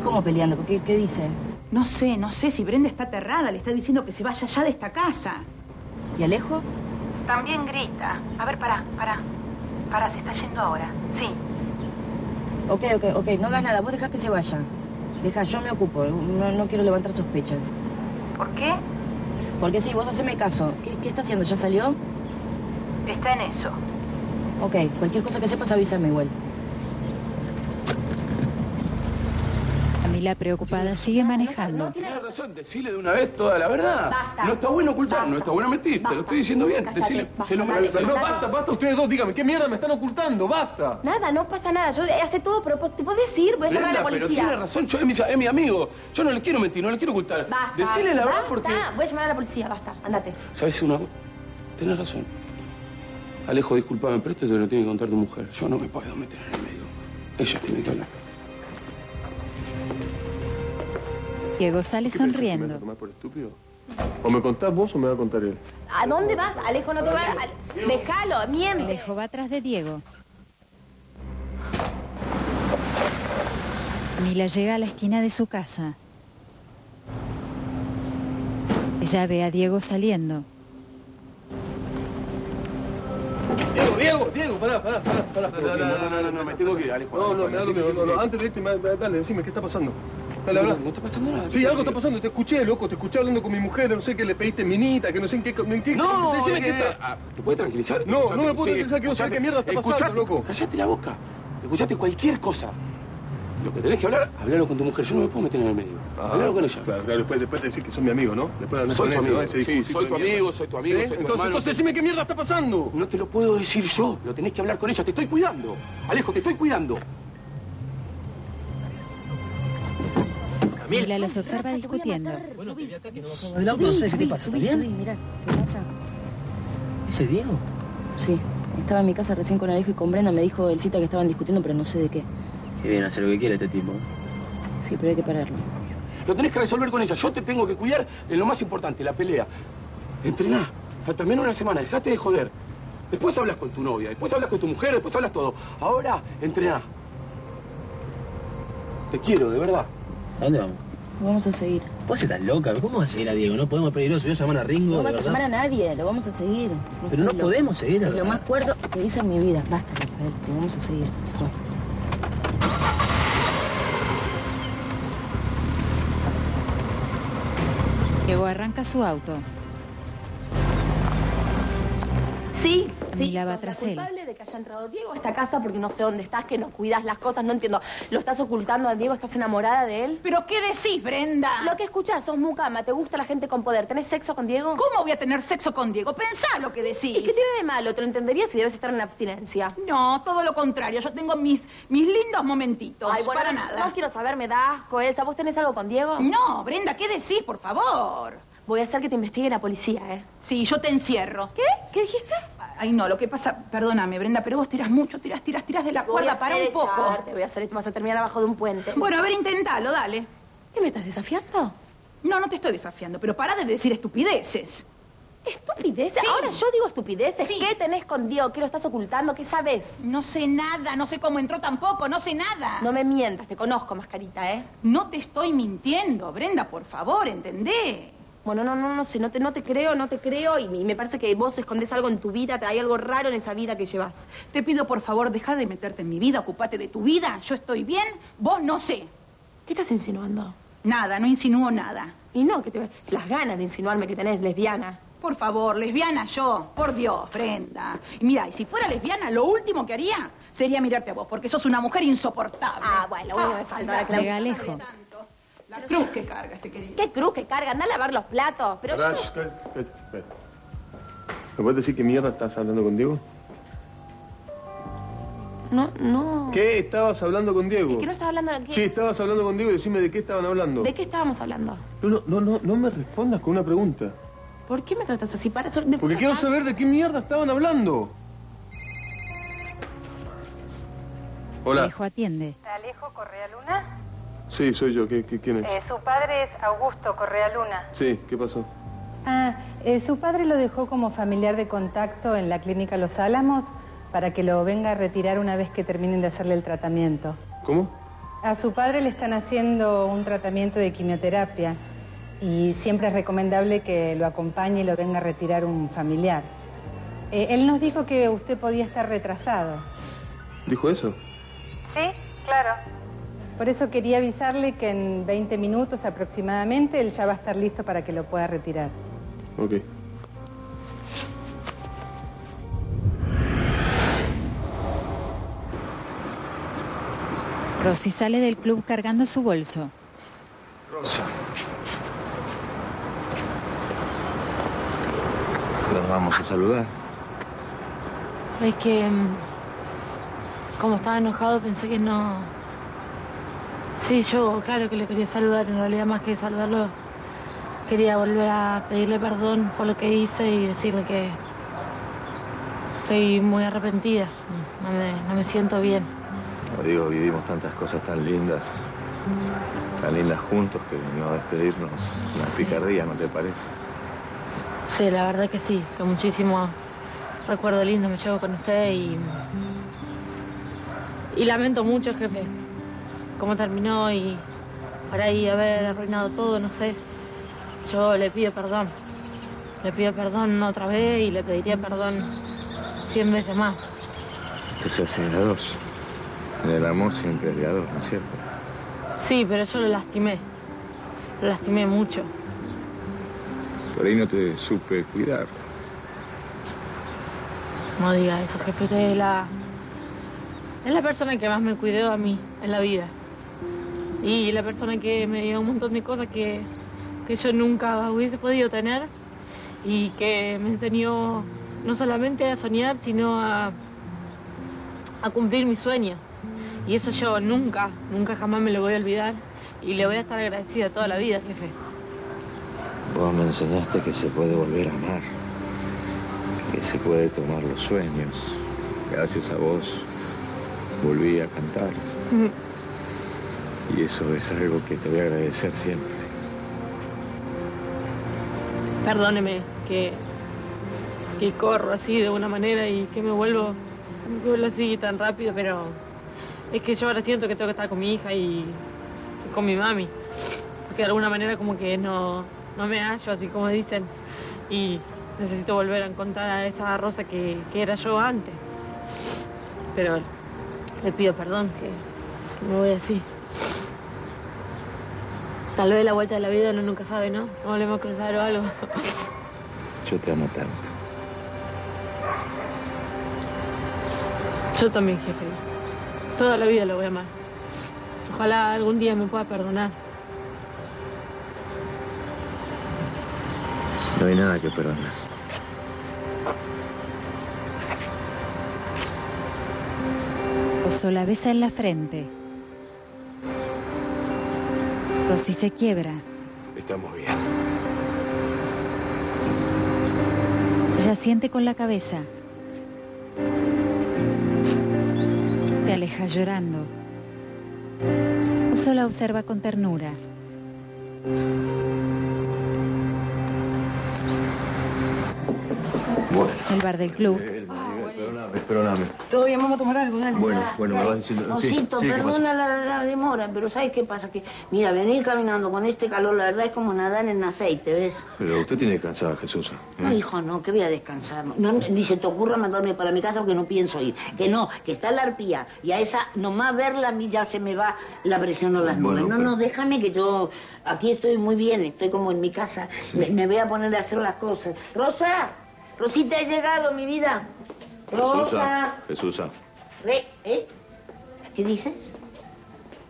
Speaker 10: ¿Cómo peleando? ¿Por ¿Qué, qué dice?
Speaker 19: No sé, no sé si Brenda está aterrada, le está diciendo que se vaya ya de esta casa.
Speaker 10: ¿Y Alejo?
Speaker 19: También grita. A ver, pará, pará. Pará, se está yendo ahora. Sí.
Speaker 10: Ok, ok, ok, no hagas nada, vos dejás que se vaya. Deja, yo me ocupo, no, no quiero levantar sospechas.
Speaker 19: ¿Por qué?
Speaker 10: Porque sí, vos haceme caso. ¿Qué, qué está haciendo? ¿Ya salió?
Speaker 19: Está en eso.
Speaker 10: Ok, cualquier cosa que sepas avísame igual.
Speaker 6: Camila, preocupada, sigue manejando.
Speaker 14: Tienes razón, decile de una vez toda la verdad.
Speaker 6: Basta.
Speaker 14: no está bueno ocultar, no está bueno mentir, te lo estoy diciendo bien.
Speaker 10: Cállate,
Speaker 14: decile,
Speaker 10: basta,
Speaker 14: se lo
Speaker 10: dale,
Speaker 14: merece. No,
Speaker 10: dale.
Speaker 14: basta, basta, ustedes dos, dígame, ¿qué mierda me están ocultando? Basta.
Speaker 10: Nada, no pasa nada. Yo hace todo a
Speaker 20: pues,
Speaker 10: propósito. ¿Te podés ir? Voy a llamar a la
Speaker 14: Brenda, pero tiene
Speaker 10: policía.
Speaker 14: razón, yo, es, mi, es mi amigo. Yo no le quiero mentir, no le quiero ocultar.
Speaker 10: Basta.
Speaker 14: Decile la verdad
Speaker 10: basta.
Speaker 14: porque.
Speaker 10: Voy a llamar a la policía, basta. Andate.
Speaker 14: ¿Sabes una cosa? Tenés razón. Alejo, discúlpame, pero esto te lo tiene que contar tu mujer. Yo no me puedo meter en el medio. Ella tiene que hablar.
Speaker 6: Diego sale sonriendo.
Speaker 2: ¿Tomás por estúpido? ¿O me contás vos o me va a contar él?
Speaker 9: ¿A dónde vas? Alejo no te va. a- Déjalo, miente.
Speaker 6: Alejo va atrás de Diego. Mila llega a la esquina de su casa. Ella ve a Diego saliendo.
Speaker 14: Diego, Diego, Diego, pará, pará, pará, pará. No, no, no, no, no, me tengo que ir, Alejo.
Speaker 2: No, no,
Speaker 14: me da
Speaker 2: no,
Speaker 14: lo mismo,
Speaker 2: no, no, antes de irte, ma- ma- dale, decime, ¿qué está pasando? Dale, habla.
Speaker 14: No está pasando nada.
Speaker 2: Sí, algo está pasando, te escuché, loco, te escuché hablando con mi mujer, no sé qué le pediste minita, que no sé en qué... En qué
Speaker 14: No,
Speaker 2: decime qué
Speaker 14: eh,
Speaker 2: está...
Speaker 14: ah, ¿Te puedes tranquilizar?
Speaker 2: No,
Speaker 14: Escuchate,
Speaker 2: no me puedo
Speaker 14: sí,
Speaker 2: tranquilizar, quiero saber
Speaker 14: escuchate,
Speaker 2: qué mierda está pasando,
Speaker 14: escuchate,
Speaker 2: loco.
Speaker 14: Callate la boca. Escuchate cualquier cosa. Lo que tenés que hablar, hablalo con tu mujer. Yo no me puedo meter en el medio.
Speaker 2: Ajá.
Speaker 14: Hablalo con ella.
Speaker 2: Ah, Claro, claro, después, después te decís que son mi amigo, ¿no? Después hablas
Speaker 14: Soy
Speaker 2: con
Speaker 14: tu
Speaker 2: ella, ¿no?
Speaker 14: amigo,
Speaker 2: Ese
Speaker 14: sí,
Speaker 2: discursito
Speaker 14: soy
Speaker 2: de
Speaker 14: tu
Speaker 2: mierda.
Speaker 14: amigo, soy tu amigo,
Speaker 2: ¿Eh?
Speaker 14: soy tu
Speaker 2: entonces,
Speaker 14: hermano,
Speaker 2: entonces
Speaker 14: soy-
Speaker 2: decime qué mierda está pasando.
Speaker 14: No te lo puedo decir yo. Lo tenés que hablar con ella. Te estoy cuidando. Alejo, te estoy cuidando.
Speaker 6: Mila los observa discutiendo.
Speaker 27: Del auto no sé qué te pasa,
Speaker 10: subí,
Speaker 27: ¿está bien?
Speaker 10: subí, mirá. ¿Qué pasa?
Speaker 27: ¿Ese Diego?
Speaker 10: Sí, estaba en mi casa recién con Alejo y con Brenda. Me dijo el cita que estaban discutiendo, pero no sé de qué.
Speaker 27: Que viene a hacer lo que quiere este tipo.
Speaker 10: Sí, pero hay que pararlo.
Speaker 14: Lo tenés que resolver con ella. Yo te tengo que cuidar en lo más importante, la pelea. Entrená. Falta menos de una semana. Dejate de joder. Después hablas con tu novia, después hablas con tu mujer, después hablas todo. Ahora, entrená. Te quiero, de verdad.
Speaker 27: ¿A dónde vamos?
Speaker 10: Vamos a seguir.
Speaker 27: Vos estás loca. ¿Cómo vas a seguir a Diego? No podemos peligroso. Yo llamar a Ringo.
Speaker 10: No
Speaker 27: de
Speaker 10: vas a
Speaker 27: verdad.
Speaker 10: llamar a nadie, lo vamos a seguir.
Speaker 27: Pero no
Speaker 10: estoy loca.
Speaker 27: podemos seguir,
Speaker 10: Es Lo
Speaker 27: ¿verdad?
Speaker 10: más cuerdo que hice en mi vida. Basta, Rafael, te vamos a seguir. Vamos.
Speaker 6: Diego arranca su auto.
Speaker 9: Sí, sí.
Speaker 6: Camila va
Speaker 9: sos la
Speaker 6: tras él.
Speaker 9: culpable de que haya entrado Diego a esta casa porque no sé dónde estás, que no cuidas las cosas, no entiendo. ¿Lo estás ocultando a Diego? ¿Estás enamorada de él?
Speaker 19: ¿Pero qué decís, Brenda?
Speaker 9: Lo que escuchás, sos mucama, te gusta la gente con poder. ¿Tenés sexo con Diego?
Speaker 19: ¿Cómo voy a tener sexo con Diego? Pensá lo que decís.
Speaker 9: ¿Y qué tiene de malo? ¿Te lo entenderías si debes estar en la abstinencia?
Speaker 19: No, todo lo contrario. Yo tengo mis, mis lindos momentitos.
Speaker 27: Pues
Speaker 9: Ay, bueno,
Speaker 19: para
Speaker 9: no-
Speaker 19: nada.
Speaker 9: No quiero saber, me da asco, Elsa. ¿Vos tenés algo con Diego?
Speaker 19: No, Brenda, ¿qué decís, por favor?
Speaker 9: Voy a hacer que te investigue la policía, ¿eh?
Speaker 19: Sí, yo te encierro.
Speaker 9: ¿Qué? ¿Qué dijiste?
Speaker 19: Ay, no, lo que pasa... Perdóname, Brenda, pero vos tiras mucho, tiras, tiras, tiras de la cuerda. Para un poco.
Speaker 9: Te voy a hacer esto, vas a terminar abajo de un puente.
Speaker 19: Bueno, a ver, intentalo, dale.
Speaker 9: ¿Qué me estás desafiando?
Speaker 19: No, no te estoy desafiando, pero para de decir estupideces.
Speaker 9: ¿Estupideces?
Speaker 19: Sí.
Speaker 9: Ahora yo digo estupideces.
Speaker 19: Sí.
Speaker 9: ¿Qué tenés con Diego? ¿Qué lo estás ocultando? ¿Qué sabes?
Speaker 19: No sé nada, no sé cómo entró tampoco, no sé nada.
Speaker 9: No me mientas, te conozco, mascarita, ¿eh?
Speaker 19: No te estoy mintiendo, Brenda, por favor, entendé.
Speaker 9: Bueno, no, no, no sé, no te, no te creo, no te creo y, y me parece que vos escondés algo en tu vida, te- hay algo raro en esa vida que llevas.
Speaker 19: Te pido, por favor, deja de meterte en mi vida, ocupate de tu vida. Yo estoy bien, vos no sé.
Speaker 9: ¿Qué estás insinuando?
Speaker 19: Nada, no insinúo nada.
Speaker 9: Y no, que te las ganas de insinuarme que tenés lesbiana.
Speaker 19: Por favor, lesbiana yo, por Dios, Brenda. Y mira, y si fuera lesbiana, lo último que haría sería mirarte a vos, porque sos una mujer insoportable.
Speaker 9: Ah, bueno, bueno, me falta ahora que la- Llega Alejo.
Speaker 19: La cruz que carga este querido.
Speaker 9: ¿Qué cruz que carga? Anda a lavar los platos. Pero yo...
Speaker 2: Pará, sh, cal- espérate, espérate. ¿Me puedes decir qué mierda estás hablando con Diego?
Speaker 9: No, no.
Speaker 2: ¿Qué estabas hablando con Diego?
Speaker 9: Ah. Que no estaba hablando de qué.
Speaker 2: Sí, estabas hablando con Diego y decime de qué estaban hablando.
Speaker 9: ¿De qué estábamos hablando?
Speaker 2: No, no, no, no, no me respondas con una pregunta.
Speaker 7: ¿Por qué me tratas así? Para eso. me
Speaker 20: Porque
Speaker 7: puse
Speaker 20: quiero
Speaker 7: acá.
Speaker 20: saber de qué mierda estaban hablando.
Speaker 2: Hola.
Speaker 6: Alejo atiende.
Speaker 28: Alejo Correa Luna.
Speaker 2: Sí, soy yo. ¿Qué, qué- quién es?
Speaker 28: Eh, su padre es Augusto Correa Luna.
Speaker 2: Sí, ¿qué pasó?
Speaker 28: Ah, eh, su padre lo dejó como familiar de contacto en la clínica Los Álamos para que lo venga a retirar una vez que terminen de hacerle el tratamiento.
Speaker 20: ¿Cómo?
Speaker 28: A su padre le están haciendo un tratamiento de quimioterapia y siempre es recomendable que lo acompañe y lo venga a retirar un familiar. Eh, él nos dijo que usted podía estar retrasado.
Speaker 2: ¿Dijo eso?
Speaker 28: Sí, claro. Por eso quería avisarle que en 20 minutos aproximadamente él ya va a estar listo para que lo pueda retirar.
Speaker 2: Ok.
Speaker 6: Rosy sale del club cargando su bolso.
Speaker 19: Rosa.
Speaker 1: Nos vamos a saludar.
Speaker 7: Es que. mm, Como estaba enojado, pensé que no. Sí, yo, claro que le quería saludar. En realidad, más que saludarlo, quería volver a pedirle perdón por lo que hice y decirle que. Estoy muy arrepentida. No me, no me siento bien.
Speaker 1: Como digo, vivimos tantas cosas tan lindas, tan lindas juntos que no despedirnos es una picardía, ¿no te parece?
Speaker 7: Sí, la verdad que sí, que muchísimo recuerdo lindo me llevo con usted y. Y lamento mucho, jefe, cómo terminó y por ahí haber arruinado todo, no sé. Yo le pido perdón. Le pido perdón otra vez y le pediría perdón cien veces más.
Speaker 1: Esto se hace de a dos. En el amor siempre es de a dos, ¿no es cierto?
Speaker 7: Sí, pero yo lo lastimé. Lo lastimé mucho.
Speaker 1: Por ahí no te supe cuidar.
Speaker 7: No diga eso, jefe. Usted es la. Es la persona que más me cuidó a mí en la vida. Y la persona que me dio un montón de cosas que, que yo nunca hubiese podido tener. Y que me enseñó no solamente a soñar, sino a, a cumplir mis sueños. Y eso yo nunca, nunca jamás me lo voy a olvidar. Y le voy a estar agradecida toda la vida, jefe.
Speaker 1: Vos me enseñaste que se puede volver a amar, que se puede tomar los sueños. Gracias a vos volví a cantar y eso es algo que te voy a agradecer siempre.
Speaker 7: Perdóneme que, que corro así de una manera y que me vuelvo, me vuelvo así tan rápido, pero es que yo ahora siento que tengo que estar con mi hija y, y con mi mami. Porque de alguna manera como que no, no me hallo, así como dicen. Y necesito volver a encontrar a esa rosa que, que era yo antes. Pero le pido perdón que, que me voy así. Tal vez la vuelta de la vida uno nunca sabe, ¿no? No volvemos a cruzar o algo.
Speaker 1: Yo te amo tanto.
Speaker 7: Yo también, jefe. Toda la vida lo voy a amar. Ojalá algún día me pueda perdonar.
Speaker 1: No hay nada que perdonar.
Speaker 6: Oso la besa en la frente. Rosy se quiebra.
Speaker 19: Estamos bien.
Speaker 6: Ella siente con la cabeza. Se aleja llorando. Oso la observa con ternura.
Speaker 19: Bueno.
Speaker 6: El bar del club.
Speaker 19: Perdóname, perdóname.
Speaker 29: Todavía vamos a tomar algo, dale.
Speaker 19: Bueno, bueno, me vas diciendo. Sí,
Speaker 13: Osito,
Speaker 19: sí, ¿qué pasa?
Speaker 13: perdona la, la demora, pero ¿sabes qué pasa? Que, mira, venir caminando con este calor, la verdad es como nadar en aceite, ¿ves?
Speaker 19: Pero usted tiene cansada, Jesús. ¿eh?
Speaker 13: No, hijo, no, que voy a descansar. No, ni se te ocurra mandarme para mi casa porque no pienso ir. Que no, que está la arpía y a esa, nomás verla a mí ya se me va la presión o las nubes.
Speaker 19: Bueno,
Speaker 13: no,
Speaker 19: pero-
Speaker 13: no, déjame que yo aquí estoy muy bien, estoy como en mi casa.
Speaker 19: Sí.
Speaker 13: Me, me voy a poner a hacer las cosas. Rosa, Rosita, he llegado, mi vida. Rosa,
Speaker 19: Jesusa, Jesusa.
Speaker 13: Re- ¿eh? ¿Qué dices?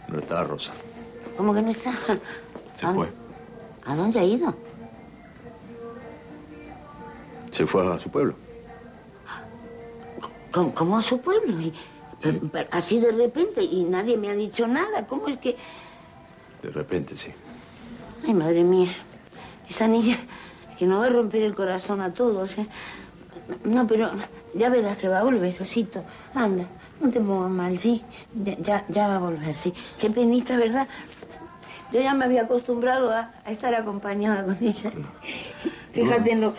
Speaker 19: No está Rosa.
Speaker 13: ¿Cómo que no está?
Speaker 19: Se
Speaker 13: ¿A-
Speaker 19: fue.
Speaker 13: ¿A dónde ha ido?
Speaker 19: Se fue a su pueblo.
Speaker 13: ¿Cómo, cómo a su pueblo? Y- pero- pero así de repente y nadie me ha dicho nada. ¿Cómo es que...?
Speaker 19: De repente, sí.
Speaker 13: Ay, madre mía. Esa niña, que nos va a romper el corazón a todos. ¿eh? No, pero ya verás que va a volver, Josito. Anda, no te pongas mal, ¿sí? Ya, ya, ya va a volver, sí. Qué penita, ¿verdad? Yo ya me había acostumbrado a, a estar acompañada con ella. Fíjate en lo...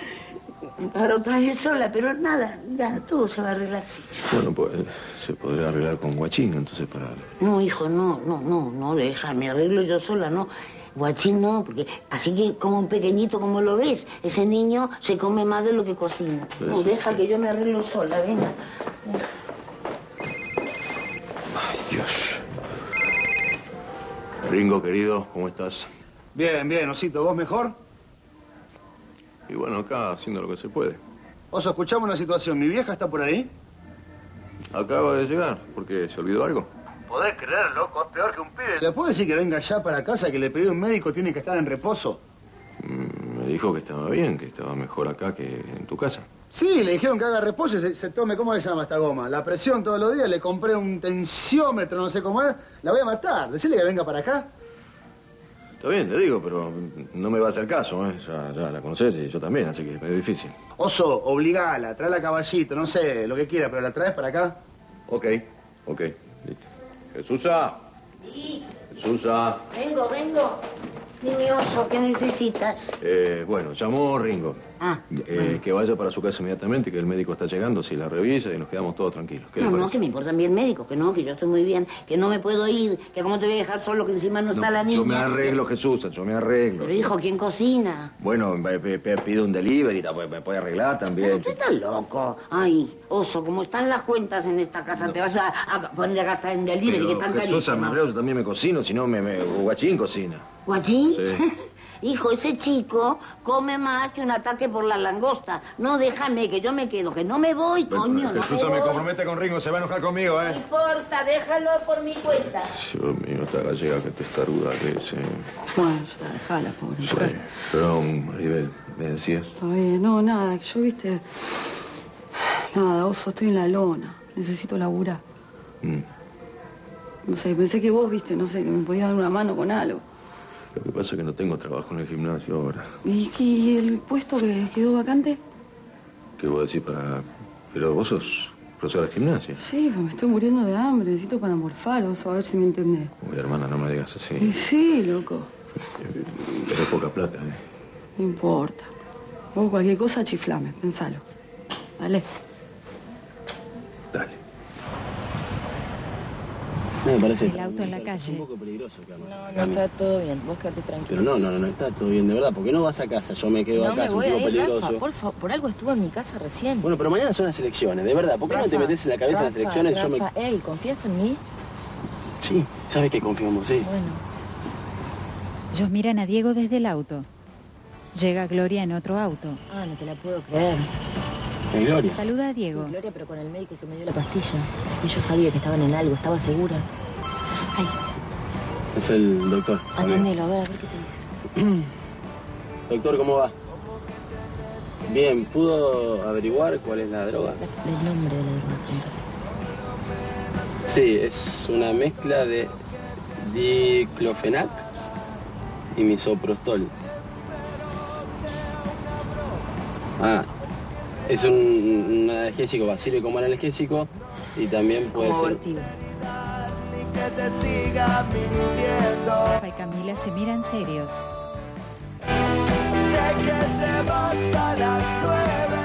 Speaker 13: Ahora otra vez sola, pero nada, ya todo se va a arreglar, sí.
Speaker 1: Bueno, pues se podría arreglar con Guachín, entonces para...
Speaker 13: No, hijo, no, no, no, no, deja, me arreglo yo sola, no. Guachín no, porque así que como un pequeñito, como lo ves, ese niño se come más de lo que cocina.
Speaker 1: Pero
Speaker 13: No,
Speaker 1: eso
Speaker 13: deja que yo me arreglo sola, venga.
Speaker 1: Dios. Ringo, querido, ¿cómo estás?
Speaker 11: Bien, bien, Osito, ¿vos mejor?
Speaker 1: Y bueno, acá haciendo lo que se puede.
Speaker 11: Oso, escuchamos una situación. ¿Mi vieja está por ahí?
Speaker 1: Acaba de llegar, porque se olvidó algo.
Speaker 11: Podés creer, loco, es peor que un pibe. ¿Le puedo decir que venga ya para casa, que le pedí a un médico, tiene que estar en reposo?
Speaker 1: Me dijo que estaba bien, que estaba mejor acá que en tu casa.
Speaker 11: Sí, le dijeron que haga reposo y se, se tome, ¿cómo se llama esta goma? La presión todos los días, le compré un tensiómetro, no sé cómo es. La voy a matar. Decirle que venga para acá.
Speaker 1: Está bien, te digo, pero no me va a hacer caso, ¿eh? Ya, ya la conoces y yo también, así que es difícil.
Speaker 11: Oso, obligala, tráela a caballito, no sé, lo que quiera, pero la traes para acá.
Speaker 1: Ok, ok, listo. Jesusa,
Speaker 13: Sí,
Speaker 1: Jesusa.
Speaker 13: vengo, vengo. Dime, oso, ¿qué necesitas?
Speaker 1: Eh, bueno, llamó Ringo.
Speaker 13: Ah,
Speaker 1: Eh, Que vaya para su casa inmediatamente, que el médico está llegando, si la revisa y nos quedamos todos tranquilos. ¿Qué le
Speaker 13: No, no,
Speaker 1: parece?
Speaker 13: que me importan bien médicos, que no, que yo estoy muy bien, que no me puedo ir, que cómo te voy a dejar solo, que encima no, está
Speaker 1: No,
Speaker 13: la niña.
Speaker 1: Yo me arreglo, Jesús, yo me arreglo.
Speaker 13: Pero hijo, ¿quién cocina?
Speaker 1: Bueno, me- me- me pido un delivery, ta- me puede arreglar también.
Speaker 13: Tú estás loco. Ay, oso, como están las cuentas en esta casa, te vas a, a poner a gastar en delivery, que están
Speaker 1: Pero, Jesús, me
Speaker 13: carísimas.
Speaker 1: arreglo, yo también me cocino, si no, me, me- Guachín cocina.
Speaker 13: ¿Guachín?
Speaker 1: Sí.
Speaker 13: [LAUGHS] Hijo, ese chico come más que un ataque por la langosta. No, déjame, que yo me quedo, que no me voy, coño. No
Speaker 1: Jesús
Speaker 13: me
Speaker 1: me
Speaker 13: voy.
Speaker 1: compromete con Ringo, se va a enojar conmigo,
Speaker 13: No
Speaker 1: ¿eh?
Speaker 13: importa, déjalo por mi cuenta.
Speaker 1: Dios mío, esta gallega que te estaruda que es. eh.
Speaker 21: [LAUGHS] Bueno, está, dejala, pobre
Speaker 1: Sí.
Speaker 21: mujer.
Speaker 1: Perdón, Maribel, me decías.
Speaker 21: Está bien, no, nada, que yo, viste. Nada, oso, estoy en la lona. Necesito laburar.
Speaker 1: Mm.
Speaker 21: No sé, pensé que vos, viste, no sé, que me podías dar una mano con algo.
Speaker 1: Lo que pasa es que no tengo trabajo en el gimnasio ahora.
Speaker 21: ¿Y, qué- y el puesto que quedó vacante?
Speaker 1: ¿Qué voy a decir para...? Pero vos sos profesora de gimnasia.
Speaker 21: Sí, me estoy muriendo de hambre. Necesito para almorzar, oso, a ver si me entendés.
Speaker 1: Uy, hermana, no me digas
Speaker 21: Y
Speaker 1: así.
Speaker 21: sí, loco.
Speaker 1: Pero es poca plata, ¿eh?
Speaker 21: No importa. Vos cualquier cosa chiflame, pensalo. Dale.
Speaker 14: Me parece.
Speaker 6: El auto en la calle.
Speaker 14: no, está
Speaker 10: todo bien, vos quedate tranquilo.
Speaker 14: Pero no, no, no, no está todo bien, de verdad, porque no vas a casa, yo me quedo
Speaker 10: No
Speaker 14: acá,
Speaker 10: me
Speaker 14: es un
Speaker 10: voy
Speaker 14: tipo
Speaker 10: a ir,
Speaker 14: peligroso.
Speaker 10: Rafa, por favor, por algo estuvo en mi casa recién.
Speaker 14: Bueno, pero mañana son las elecciones, de verdad, ¿por qué no te
Speaker 10: Rafa,
Speaker 14: metes en la cabeza en las
Speaker 10: Rafa,
Speaker 14: elecciones? Yo me...
Speaker 10: Rafa, ey, ¿confías en mí?
Speaker 14: Sí, sabes que confiamos, sí.
Speaker 10: Bueno.
Speaker 6: Ellos miran a Diego desde el auto. Llega Gloria en otro auto.
Speaker 10: Ah, no te la puedo creer.
Speaker 14: Eh, Gloria.
Speaker 6: Saluda a Diego.
Speaker 10: Gloria, pero con el médico que me dio la pastilla. Y yo sabía que estaban en algo, estaba segura. Ay,
Speaker 14: Es el doctor.
Speaker 10: atiéndelo, a ver, a ver qué te dice.
Speaker 14: Doctor, ¿cómo va? Bien, ¿pudo averiguar cuál es la droga?
Speaker 10: El nombre de la droga.
Speaker 14: Sí, es una mezcla de diclofenac y misoprostol. Ah, es un, un analgésico, va, sirve como analgésico y también puede ser...
Speaker 6: Rafa y Camila se miran serios.
Speaker 30: Sé que te vas a las nueve.